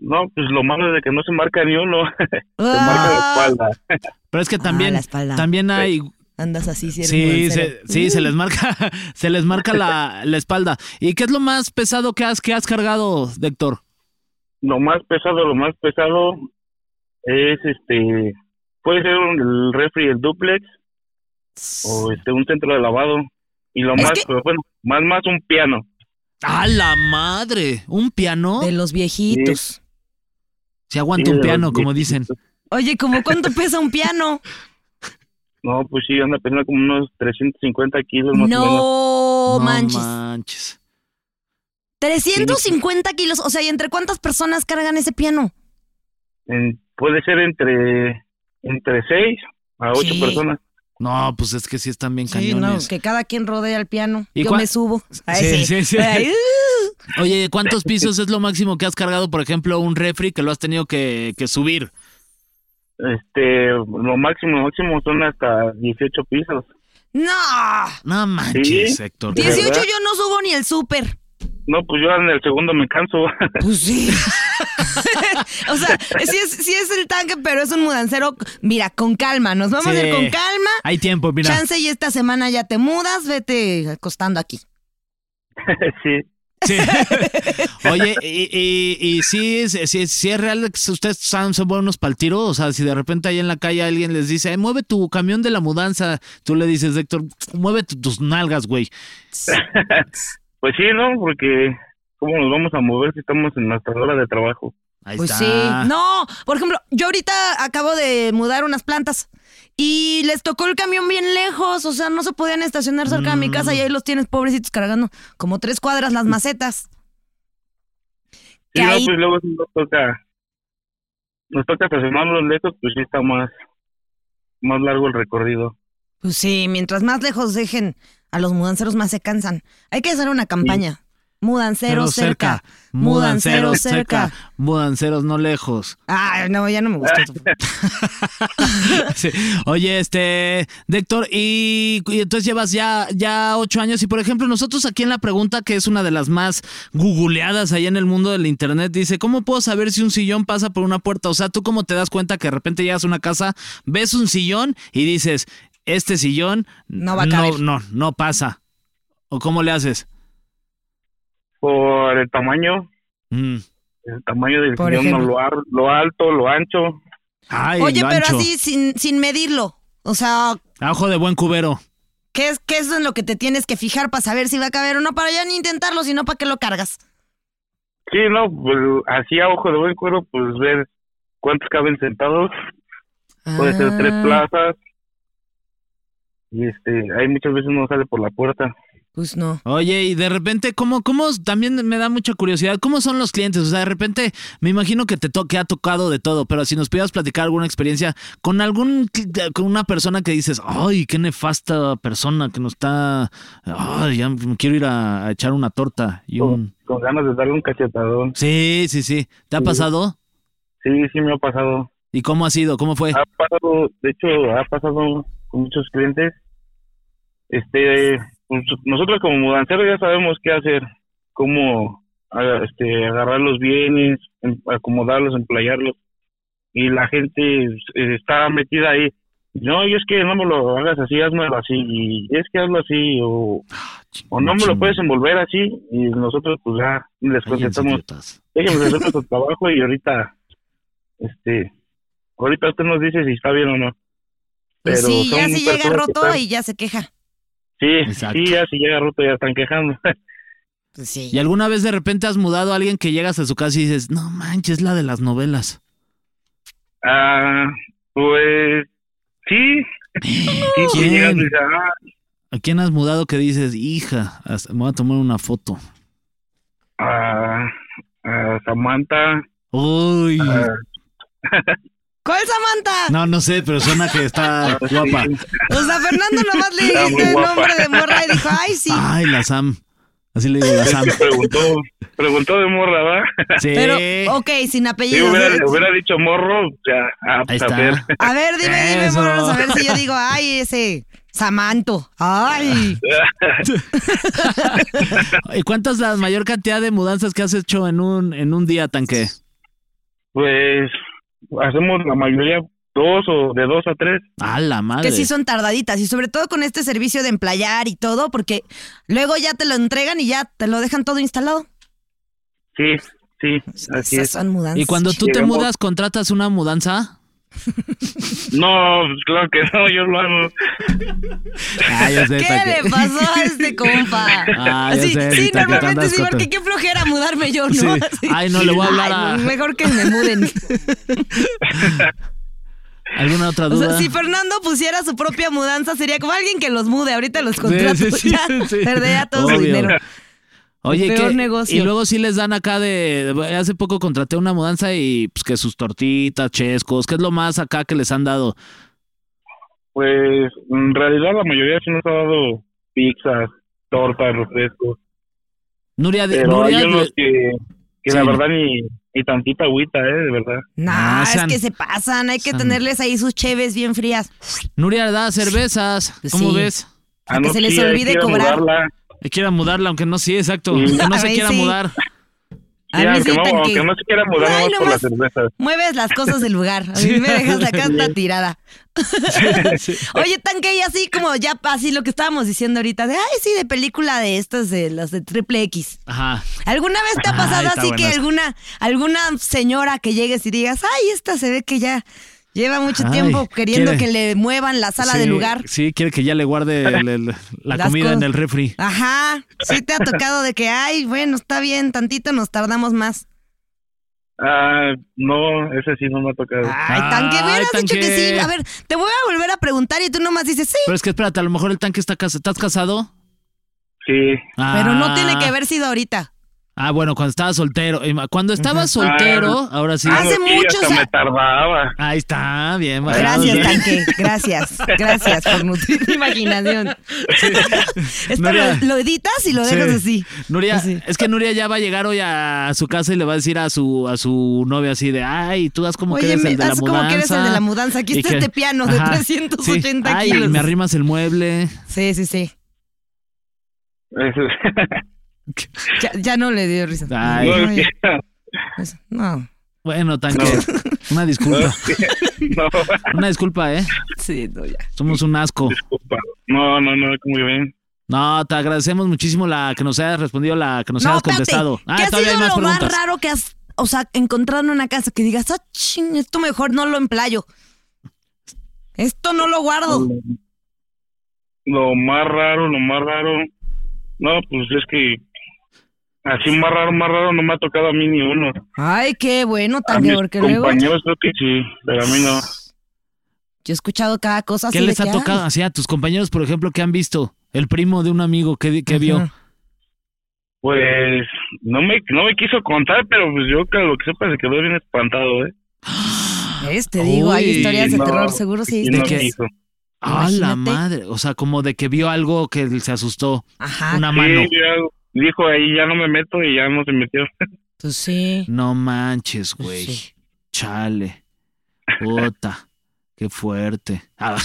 S8: no, pues lo malo es de que no se marca ni uno. Se
S4: Ah.
S8: marca la espalda.
S3: Pero es que también,
S4: la espalda.
S3: también hay
S4: Ah, Andas así, si eres
S3: Sí,
S4: mancera.
S3: se, sí, se
S4: Mm.
S3: les marca, se les marca la, la espalda. ¿Y qué es lo más pesado que has, que has cargado, Héctor?
S8: Lo más pesado, lo más pesado es este. Puede ser un- el refri, el duplex
S4: Mm,
S8: o este un centro de lavado. Y lo
S4: Es
S8: más,
S4: que-
S8: pero bueno, más, más un piano.
S3: ¡A la madre! ¿Un piano?
S4: De los viejitos.
S3: Se aguanta un
S8: Sí, de
S3: piano,
S8: los
S3: como dicen.
S4: Oye, ¿cómo cuánto pesa un piano?
S8: No, pues sí, anda pesando como unos 350 kilos más o menos.
S4: No, manches.
S3: manches.
S4: 350 kilos. O sea, ¿y entre cuántas personas cargan ese piano?
S8: En- puede ser entre, entre 6 a 8
S4: Sí.
S8: personas.
S3: No, pues es que sí están bien
S4: Sí, no,
S3: cañones.
S4: que cada quien rodea el piano.
S3: ¿Y
S4: Yo
S3: cuán-
S4: me subo. Ay,
S3: Sí, sí, sí.
S4: Ay, uh.
S3: Oye, ¿cuántos pisos es lo máximo que has cargado, por ejemplo, un refri que lo has tenido que, que subir?
S8: Este, lo máximo, lo máximo son hasta 18 pisos.
S4: No.
S3: No manches,
S8: Sí.
S3: Héctor.
S8: Sí.
S4: 18
S8: verdad?
S4: yo no subo ni el súper.
S8: No, pues yo en el segundo me canso.
S4: Pues sí. o sea, sí es, sí es el tanque, pero es un mudancero. Mira, con calma. Nos vamos
S3: Sí.
S4: a ir con calma.
S3: Hay tiempo, mira.
S4: Chance y esta semana ya te mudas. Vete acostando aquí.
S8: sí.
S3: Sí. Oye, y, y, y sí, es, sí, sí es real que ustedes son, son buenos para el tiro. O sea, si de repente ahí en la calle alguien les dice, "Eh, mueve tu camión de la mudanza, tú le dices, Héctor, mueve tu- tus nalgas, güey.
S8: Pues sí, ¿no? Porque ¿cómo nos vamos a mover si estamos en nuestra hora de trabajo?
S3: Ahí
S4: Pues
S3: está.
S4: sí. No, por ejemplo, yo ahorita acabo de mudar unas plantas y les tocó el camión bien lejos, o sea, no se podían estacionar cerca de mi
S3: Mm.
S4: casa y ahí los tienes pobrecitos cargando como tres cuadras las macetas. Que
S8: Sí, no,
S4: ahí-
S8: pues luego sí nos toca, nos toca estacionarnos lejos, pues sí está más, más largo el recorrido.
S4: Pues sí, mientras más lejos dejen a los mudanceros más se cansan. Hay que hacer una campaña. Mudanceros cerca. Mudanceros cerca.
S3: Mudanceros no lejos.
S4: Ay, no, ya no me gustó. eso.
S3: Sí. Oye, este, Héctor, y, y entonces llevas ya, ya ocho años y por ejemplo nosotros aquí en la pregunta, que es una de las más googleadas allá en el mundo del internet, dice, ¿cómo puedo saber si un sillón pasa por una puerta? O sea, ¿tú cómo te das cuenta que de repente llegas a una casa, ves un sillón y dices, este sillón
S4: No va a caber.
S3: No, no, no pasa. ¿O cómo le haces?
S8: Por el tamaño,
S3: Mm.
S8: el tamaño del
S4: Por
S8: sillón, no,
S4: ejemplo.
S8: lo, ar- lo alto, lo ancho.
S3: Ay,
S4: Oye,
S3: lo
S4: pero
S3: ancho.
S4: así sin, sin medirlo. O sea,
S3: A Ojo de buen cubero.
S4: ¿qué es, ¿qué es en lo que te tienes que fijar para saber si va a caber o no? Para ya ni intentarlo, sino para que lo cargas.
S8: Sí, no, pues así a ojo de buen cuero, pues ver cuántos caben sentados. Puede ser tres
S4: Ah,
S8: plazas. Y este, hay muchas veces no sale por la puerta.
S4: Pues no.
S3: Oye, y de repente, ¿cómo, cómo también me da mucha curiosidad? ¿Cómo son los clientes? O sea, de repente, me imagino que te to- que ha tocado de todo, pero si nos pudieras platicar alguna experiencia con algún cl- con una persona que dices, ay, qué nefasta persona que nos está, ay, ya me quiero ir a, a echar una torta y un,
S8: Con, con ganas de darle un cachetadón.
S3: sí, sí, sí, ¿te ha pasado?
S8: Sí, sí me ha pasado.
S3: ¿Y cómo ha sido? ¿Cómo fue?
S8: Ha pasado, de hecho, ha pasado con muchos clientes. Este, pues, nosotros como mudanceros ya sabemos qué hacer, cómo a- este, agarrar los bienes, em- acomodarlos, emplayarlos. Y la gente eh, está metida ahí. No, y es que no me lo hagas así, hazmelo así, y es que hazlo así, o, o no me lo puedes envolver así, y nosotros pues ya les
S3: Cállense,
S8: contestamos,
S3: idiotas.
S8: déjenme hacer nuestro trabajo y ahorita, este, ahorita usted nos dice si está bien o no.
S4: Pues sí,
S8: son
S4: ya si llega
S8: personas que
S4: roto
S8: están-
S4: y ya se queja.
S8: Sí,
S3: Exacto.
S8: sí, ya si llega roto ya están quejando.
S4: Pues sí.
S3: ¿Y alguna vez de repente has mudado a alguien que llegas a su casa y dices, no manches, la de las novelas?
S8: ah, pues, sí. sí, sí,
S3: ¿Quién?
S8: llegas y dices, ah,
S3: ¿A quién has mudado que dices, hija, hasta me voy a tomar una foto?
S8: ah, ah, Samantha.
S3: Uy,
S8: ah,
S4: ¿Cuál Samantha?
S3: no, no sé, pero suena que está guapa.
S4: O sea, Fernando nomás le
S8: Está muy
S4: dijiste el
S8: guapa.
S4: nombre de morra y dijo, ay, sí.
S3: Ay, la Sam. Así le digo, la Sam.
S8: Preguntó, preguntó de morra, ¿verdad?
S3: Sí.
S4: Pero, ok, sin
S8: Si
S4: apellido.
S8: hubiera, hubiera dicho morro, ya, ah,
S3: Ahí
S8: pues, a ver.
S3: está.
S4: A ver, dime, dime,
S3: Eso.
S4: morros, a ver si yo digo, ay, ese Samanto. Ay.
S3: ¿Y cuánta es la mayor cantidad de mudanzas que has hecho en un, en un día, tanque?
S8: Pues hacemos la mayoría dos o de dos a tres.
S3: A la
S8: Ah,
S3: madre.
S4: que sí son tardaditas y sobre todo con este servicio de emplayar y todo, porque luego ya te lo entregan y ya te lo dejan todo instalado.
S8: Sí, sí, así
S4: Esas
S8: es.
S4: son mudanzas.
S3: Y cuando tú te
S8: Llegamos.
S3: mudas, contratas una mudanza.
S8: No, pues, claro que no, yo lo hago.
S3: Ah, ya sé,
S4: ¿Qué
S3: Taki.
S4: le pasó a este compa?
S3: Ah, ya
S4: sí,
S3: sé,
S4: sí,
S3: Taki, te
S4: normalmente
S3: andas
S4: sí,
S3: con tu-
S4: porque qué flojera mudarme yo, ¿no?
S3: Sí.
S4: Así.
S3: Ay, no, le voy a hablar
S4: Ay,
S3: a-
S4: Mejor que me muden.
S3: ¿Alguna otra
S4: O
S3: duda?
S4: sea, si Fernando pusiera su propia mudanza, sería como alguien que los mude. Ahorita los contratos
S3: sí, sí,
S4: ya
S3: sí.
S4: perdería todo
S3: Obvio.
S4: su dinero.
S3: Oye,
S4: Peor
S3: ¿qué?
S4: negocio.
S3: Y luego sí les dan acá de, de- Hace poco contraté una mudanza y pues que sus tortitas, chescos, ¿qué es lo más acá que les han dado?
S8: Pues en realidad la mayoría sí nos ha dado pizzas, tortas, refrescos.
S3: Nuria, de-
S8: Pero
S3: Nuria
S8: hay unos
S3: de-
S8: que, que
S3: Sí,
S8: la
S3: no.
S8: verdad ni, ni tantita agüita, ¿eh? De verdad.
S4: No,
S3: Ah,
S4: es
S3: sean-
S4: que se pasan. Hay que
S3: sean-
S4: tenerles ahí sus cheves bien frías.
S3: Nuria da cervezas.
S4: Pues
S3: ¿Cómo
S4: sí.
S3: ves?
S8: Ah,
S4: Que se les
S8: sí, hay
S4: olvide
S8: que ir a
S4: cobrar.
S8: mudarla.
S3: Quiera mudarla, aunque no, sí, exacto. Aunque no
S4: A
S3: se
S4: ver,
S3: quiera
S4: sí.
S3: mudar.
S4: A
S8: Sí,
S4: mí
S8: aunque,
S4: sí,
S8: no,
S4: tan
S8: aunque
S4: que-
S8: no se quiera mudar
S4: Ay,
S8: nomás por
S4: nomás-
S8: las cervezas.
S4: Mueves las cosas del lugar. A mí me dejas la carta tirada. Oye, tanque, y así como ya, así lo que estábamos diciendo ahorita, de ay, sí, de película de estas, de las de triple X.
S3: Ajá.
S4: ¿Alguna vez te ha
S3: Ay,
S4: pasado
S3: está
S4: así que
S3: buena esa.
S4: alguna, alguna señora que llegues y digas, ay, esta se ve que ya lleva mucho
S3: Ay,
S4: tiempo queriendo
S3: quiere-
S4: que le muevan la sala
S3: Sí,
S4: del lugar?
S3: Sí, quiere que ya le guarde el- el- la
S4: Las
S3: comida
S4: cosas.
S3: en el refri.
S4: Ajá, sí te ha tocado de que, ay, bueno, está bien, tantito nos tardamos más.
S8: Ah, no, ese sí no me ha tocado.
S4: Ay, tanque,
S3: Ay,
S4: hubieras dicho que
S3: tanque.
S4: sí. A ver, te voy a volver a preguntar y tú nomás dices, sí,
S3: Pero es que espérate, a lo mejor el tanque está casado. ¿Estás casado?
S8: Sí,
S4: Pero no tiene
S3: Ah.
S4: que haber sido ahorita.
S3: Ah, bueno, cuando estaba soltero. Ima- Cuando estaba soltero, ahora sí.
S4: Hace
S8: Ah, no, sí,
S4: muchos
S8: hasta
S4: a-
S8: me tardaba.
S3: Ahí está, bien. bajado.
S4: Gracias, tanque. Gracias. Gracias por nutrir mi imaginación. Esto
S3: Nuria.
S4: lo, lo editas y lo
S3: Sí.
S4: dejas así.
S3: Nuria,
S4: Así.
S3: es que Nuria ya va a llegar hoy a su casa y le va a decir a su a su novia así de, ay, tú das como que
S4: Oye,
S3: eres
S4: me-
S3: el de la
S4: haz
S3: mudanza.
S4: como que eres el de la mudanza. Aquí
S3: Y
S4: está este piano de 380
S3: Ay,
S4: kilos.
S3: me arrimas el mueble.
S4: Sí, sí, sí.
S8: Ese-
S4: Ya, ya no le dio risa.
S3: Ay.
S8: no,
S4: No,
S8: es
S4: ya-
S8: que-
S4: pues, no.
S3: Bueno, tanque, una disculpa.
S8: no,
S3: Una disculpa, ¿eh?
S4: Sí, no, ya.
S3: Somos un asco.
S8: disculpa. No, no, no, como que ven.
S3: No, te agradecemos muchísimo la que nos hayas respondido, la que nos
S4: no,
S3: hayas
S4: espérate.
S3: contestado.
S4: ¿Qué
S3: Ah,
S4: ha
S3: todavía
S4: sido
S3: hay más
S4: lo
S3: preguntas.
S4: más raro que has, o sea, encontrado en una casa que digas, ah, ching, esto mejor no lo emplayo? Esto no lo guardo.
S8: Lo más raro, lo más raro. No, pues es que así más raro, más raro no me ha tocado a mí ni uno.
S4: Ay, qué bueno,
S8: A
S4: tanque,
S8: mis
S4: porque luego
S8: compañeros creo que sí, pero a mí no.
S4: yo he escuchado cada cosa.
S3: ¿Qué
S4: así de
S3: les ha
S4: que, ay,
S3: tocado? Así a tus compañeros, por ejemplo, que han visto? El primo de un amigo que, que vio.
S4: Ajá.
S8: Pues no me, no me quiso contar, pero pues yo que lo que sepa se quedó bien espantado, ¿eh?
S4: ¿Ves? Te digo, hay
S3: Uy,
S4: historias de
S8: no,
S4: terror, seguro sí.
S8: Y
S4: hay
S8: no
S4: historias.
S8: quiso.
S3: ¡Ah, la
S4: Imagínate.
S3: madre! O sea, como de que vio algo que se asustó.
S4: Ajá,
S3: Una mano.
S8: Sí, ya dijo ahí ya no me meto y ya no se metió.
S4: pues sí.
S3: No manches, güey.
S4: Sí.
S3: Chale. Puta. Qué fuerte. Ah.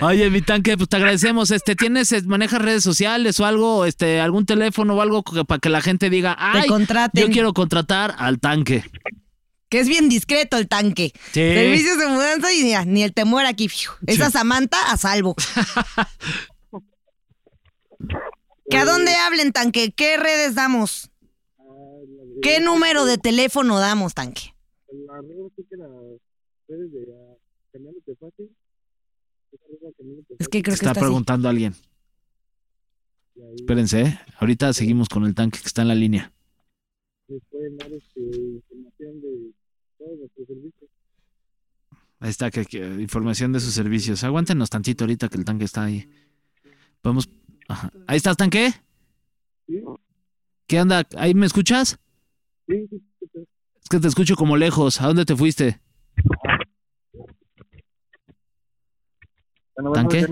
S3: Oye, mi tanque, pues te agradecemos. Este, ¿tienes, eh, manejas redes sociales o algo, este, algún teléfono o algo que- para que la gente diga, ay,
S4: Te contraten.
S3: yo quiero contratar al tanque?
S4: Que es bien discreto el tanque.
S3: Sí.
S4: Servicios de mudanza y mira, ni el te muera aquí. fiu. Esa Samantha a salvo. ¿Que a dónde hablen, tanque? ¿Qué redes damos? ¿Qué número de teléfono damos, tanque? Es que creo que
S3: Está,
S4: está, así.
S3: preguntando a alguien. Espérense, ¿eh? ahorita seguimos con el tanque que está en la línea. Ahí está, que, que- información de sus servicios. Aguántenos tantito ahorita que el tanque está ahí. Vamos. ajá. Ahí estás, tanque. ¿Qué onda? ¿Ahí me escuchas? Es que te escucho como lejos. ¿A dónde te fuiste? ¿Tanque?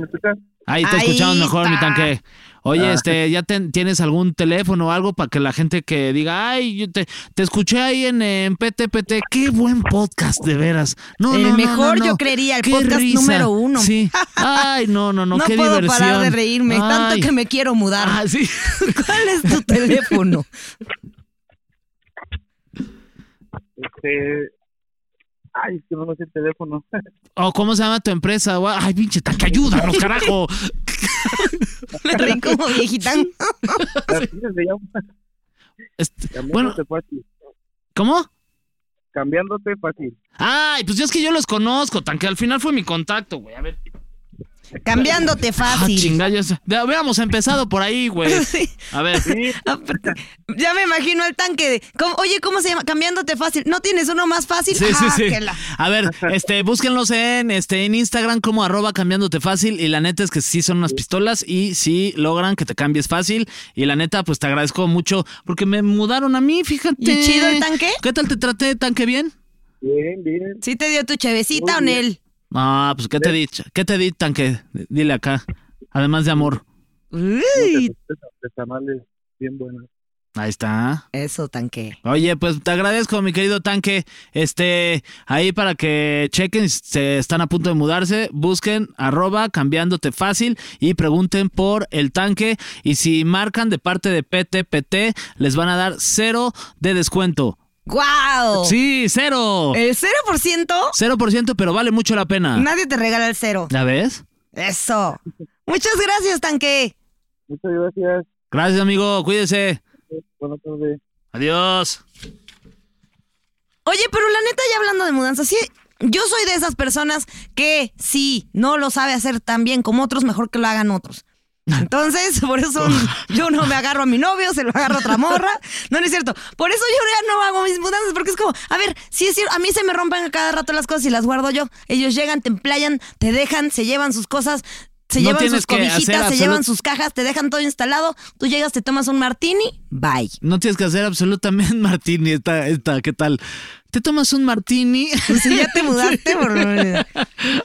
S3: Ahí te
S4: Ahí
S3: escuchamos mejor, mi
S4: está.
S3: tanque. Oye, este, ¿ya ten- tienes algún teléfono o algo para que la gente que diga, ay, yo te, te escuché ahí en, eh, en PTPT? Qué buen podcast, de veras. No,
S4: El
S3: no, no,
S4: mejor,
S3: no, no.
S4: yo creería, el
S3: Qué
S4: podcast
S3: risa.
S4: número uno.
S3: Sí. Ay, no, no, no,
S4: No,
S3: qué
S4: puedo
S3: diversión.
S4: parar de reírme, tanto
S3: Ay.
S4: que me quiero mudar.
S3: Ah, sí.
S4: ¿Cuál es tu teléfono?
S8: Este, ay, es que no me hace el teléfono.
S3: O cómo se llama tu empresa, güey. Ay, pinche taca, ayúdanos, carajo.
S4: Me reí como viejitán.
S8: Así se llama,
S3: Este, bueno,
S8: cambiándote fácil.
S3: ¿cómo?
S8: Cambiándote fácil.
S3: Ay, pues yo es que yo los conozco, tan que al final fue mi contacto, güey. A ver.
S4: Cambiándote
S3: Ah,
S4: fácil.
S3: chinga, ya sé. Ya Habíamos empezado por ahí, güey.
S4: Sí.
S3: A ver.
S8: Sí,
S4: Aparte, Ya me imagino el tanque de. ¿cómo- oye, ¿cómo se llama? Cambiándote fácil. ¿No tienes uno más fácil?
S3: Sí, sí,
S4: Ah,
S3: sí.
S4: que la-
S3: A ver, este, búsquenlos en, este, en Instagram como arroba cambiándote fácil. Y la neta es que sí son unas pistolas y sí logran que te cambies fácil. Y la neta, pues te agradezco mucho porque me mudaron a mí, fíjate.
S4: ¿Y chido el tanque?
S3: ¿Qué tal te traté, tanque bien?
S8: bien, bien.
S4: ¿Sí te dio tu chevecita, Onel?
S3: Ah, pues ¿qué te di? ch- ¿Qué te di, tanque? Dile acá. Además de amor.
S4: Uy,
S8: De tamales, bien buenos.
S3: Ahí está.
S4: Eso, tanque.
S3: Oye, pues te agradezco, mi querido tanque. Este, ahí para que chequen, si se están a punto de mudarse, busquen arroba cambiándote fácil y pregunten por el tanque. Y si marcan de parte de PTPT, les van a dar cero de descuento.
S4: ¡Guau! Eh.
S3: Sí, cero.
S4: ¿El 0%?
S3: Cero por ciento, pero vale mucho la pena.
S4: Nadie te regala el cero.
S3: ¿Ya ves?
S4: Eso. Muchas gracias, tanque.
S8: Muchas gracias.
S3: Gracias, amigo. Cuídese.
S8: Buenas tardes.
S3: Adiós.
S4: Oye, pero la neta, ya hablando de mudanza, sí, yo soy de esas personas que sí, no lo sabe hacer tan bien como otros, mejor que lo hagan otros. Entonces, por eso yo no me agarro a mi novio, se lo agarro a otra morra. No, no es cierto. Por eso yo ya no hago mis mudanzas, porque es como, a ver, sí es cierto, a mí se me rompen a cada rato las cosas y las guardo yo. Ellos llegan, te emplayan, te dejan, se llevan sus cosas, se
S3: No
S4: llevan
S3: tienes
S4: sus
S3: que hacer
S4: cobijitas, se
S3: absolut-
S4: llevan sus cajas, te dejan todo instalado. Tú llegas, te tomas un martini, bye.
S3: No tienes que hacer absolutamente martini. Esta, esta, ¿qué tal? ¿Te tomas un martini?
S4: Si Pues ya te mudaste, por lo menos.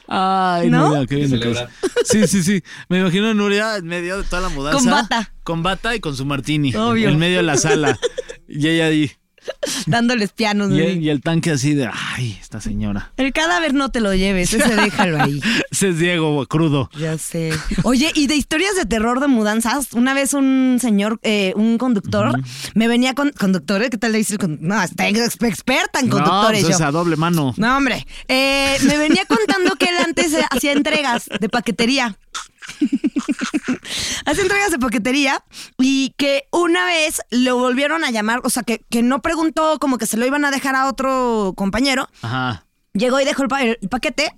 S3: Ay,
S4: ¿No?
S3: Nuria, qué bien me
S2: celebrar.
S3: caes. Sí, sí, sí. Me imagino a Nuria en medio de toda la mudanza.
S4: Con bata.
S3: Con bata y con su martini.
S4: Obvio.
S3: En medio de la sala. Y ella ahí.
S4: dándoles pianos.
S3: Y,
S4: ¿no?
S3: el- y el tanque así de, ay, esta señora.
S4: El cadáver no te lo lleves, ese déjalo ahí.
S3: Ese es Diego, güey, crudo.
S4: Ya sé. Oye, y de historias de terror de mudanzas, una vez un señor, eh, un conductor, me venía con conductores, ¿qué tal le dice el conductor? No, está ex- ex- experta en conductores.
S3: no, pues
S4: yo.
S3: es a doble mano.
S4: No, hombre. Eh, me venía contando que él antes eh, hacía entregas de paquetería. Hace entregas de paquetería y que una vez lo volvieron a llamar, o sea, que, que no preguntó como que se lo iban a dejar a otro compañero.
S3: Ajá.
S4: Llegó y dejó el, pa- el paquete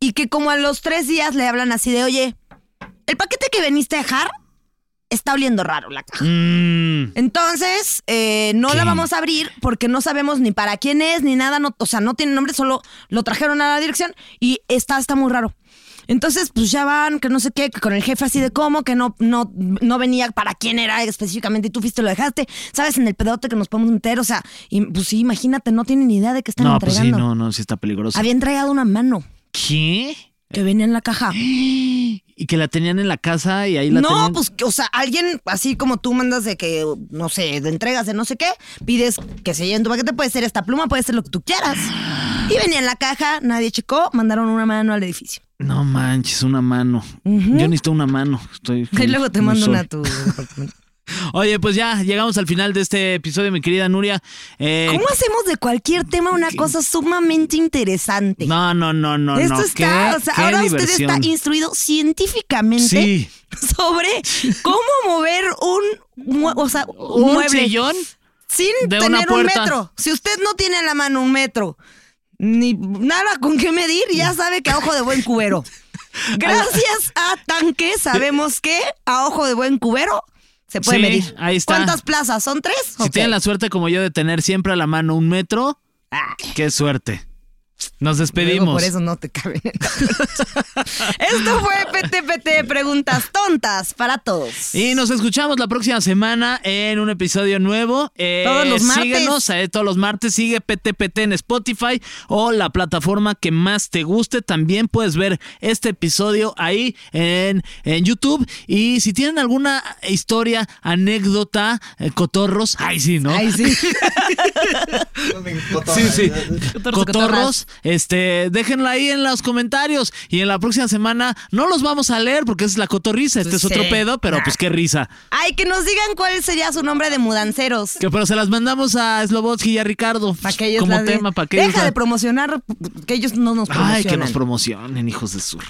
S4: y que como a los tres días le hablan así de, oye, el paquete que veniste a dejar está oliendo raro la caja.
S3: Mm,
S4: Entonces, eh, no la
S3: ¿Qué?
S4: vamos a abrir porque no sabemos ni para quién es, ni nada, no, o sea, no tiene nombre, solo lo trajeron a la dirección y está, está muy raro. Entonces, pues ya van, que no sé qué, que con el jefe así de cómo, que no, no, no venía para quién era específicamente y tú fuiste y lo dejaste, sabes, en el pedote que nos podemos meter, o sea, y, pues sí, imagínate, no tienen ni idea de qué están
S3: no, pues
S4: entregando.
S3: sí, no, no, sí está peligroso.
S4: Había entregado una mano
S3: ¿Qué?
S4: que venía en la caja.
S3: Y que la tenían en la casa y ahí la
S4: No,
S3: tenían.
S4: pues, o sea, alguien así como tú mandas de que, no sé, de entregas de no sé qué, pides que se lleven tu paquete, puede ser esta pluma, puede ser lo que tú quieras. Y venía en la caja, nadie checó, mandaron una mano al edificio.
S3: No manches, una mano. Yo necesito una mano. Estoy
S4: Y luego te
S3: muy
S4: mando
S3: solo.
S4: una a tu departamento.
S3: Oye, pues ya llegamos al final de este episodio, mi querida Nuria. Eh,
S4: ¿Cómo hacemos de cualquier tema una cosa sumamente interesante?
S3: No, no, no, no,
S4: Esto
S3: no.
S4: está,
S3: Qué-
S4: o sea,
S3: qué
S4: ahora usted
S3: diversión.
S4: está instruido científicamente
S3: Sí.
S4: sobre cómo mover un, mue- o sea, un,
S3: ¿Un
S4: mueble.
S3: sillón?
S4: sin
S3: De una
S4: tener un
S3: puerta.
S4: metro. Si usted no tiene en la mano un metro, ni nada con qué medir, ya sabe que a ojo de buen cubero. Gracias a Tanque, sabemos que a ojo de buen cubero se puede
S3: Sí,
S4: medir.
S3: ahí está.
S4: ¿Cuántas plazas? ¿Son tres?
S3: Si
S4: Ok.
S3: tienen la suerte como yo de tener siempre a la mano un metro,
S4: Ah,
S3: qué suerte. Nos
S4: luego
S3: despedimos.
S4: por eso no te cabe. Esto fue PTPT, preguntas tontas para todos.
S3: Y nos escuchamos la próxima semana en un episodio nuevo. Eh,
S4: Todos los martes.
S3: Síguenos eh, todos los martes. Sigue PTPT en Spotify o la plataforma que más te guste. También puedes ver este episodio ahí en, en YouTube. Y si tienen alguna historia, anécdota, eh, cotorros, ahí sí, ¿no?
S4: Ay, sí.
S2: Cotorra,
S3: Sí, sí.
S2: ¿verdad?
S3: Cotorros, Este, déjenla ahí en los comentarios y en la próxima semana no los vamos a leer porque es la cotorrisa, este
S4: Pues
S3: es otro
S4: sí.
S3: pedo, pero pues qué risa.
S4: Ay, que nos digan cuál sería su nombre de mudanceros.
S3: Que pero se las mandamos a Slobotsky y a Ricardo
S4: Para que ellos
S3: como
S4: las de-
S3: tema, para que ellos
S4: Deja
S3: la-
S4: de promocionar, que ellos no nos promocionan.
S3: Ay, que nos promocionen, hijos de sur.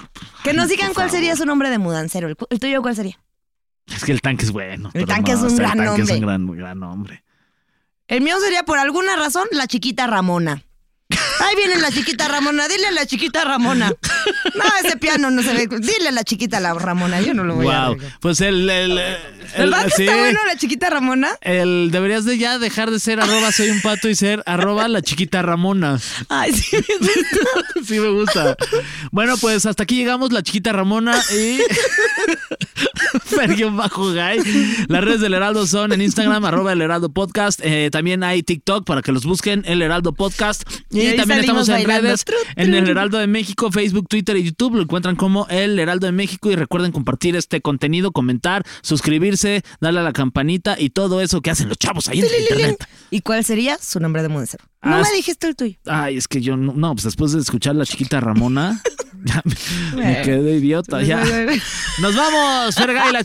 S4: Que nos digan cuál sería su nombre de mudancero. ¿El, cu- el tuyo cuál sería?
S3: Es que el tanque es bueno.
S4: El
S3: pero
S4: tanque es un
S3: o sea,
S4: gran
S3: El tanque es
S4: hombre.
S3: un gran, muy gran hombre.
S4: El mío sería, por alguna razón, la chiquita Ramona. Ahí viene la chiquita Ramona. Dile a la chiquita Ramona. No, ese piano no se ve. Dile a la chiquita la Ramona. Yo no lo voy a
S3: Wow.
S4: ver.
S3: Pues el. el, el-
S4: ¿Verdad que
S3: sí.
S4: está bueno la chiquita Ramona?
S3: El deberías de ya dejar de ser arroba soy un pato y ser arroba la chiquita Ramona.
S4: Ay, sí.
S3: Sí me gusta. Bueno, pues hasta aquí llegamos la chiquita Ramona y Ferguión Bajo Gay. Las redes del Heraldo son en Instagram, arroba el Heraldo Podcast. Eh, también hay TikTok para que los busquen, el Heraldo Podcast. Y,
S4: Y ahí
S3: también estamos
S4: salimos
S3: en
S4: bailando.
S3: redes,
S4: Tru,
S3: en
S4: tru.
S3: el Heraldo de México, Facebook, Twitter y YouTube. Lo encuentran como el Heraldo de México. Y recuerden compartir este contenido, comentar, suscribirse, darle a la campanita y todo eso que hacen los chavos ahí en el internet.
S4: ¿Y cuál sería su nombre de mudancero? No
S3: Ah,
S4: me dijiste el tuyo.
S3: Ay, es que yo no, no, pues después de escuchar la chiquita Ramona, ya me, me quedé idiota. Ya. Nos vamos, Ferga y la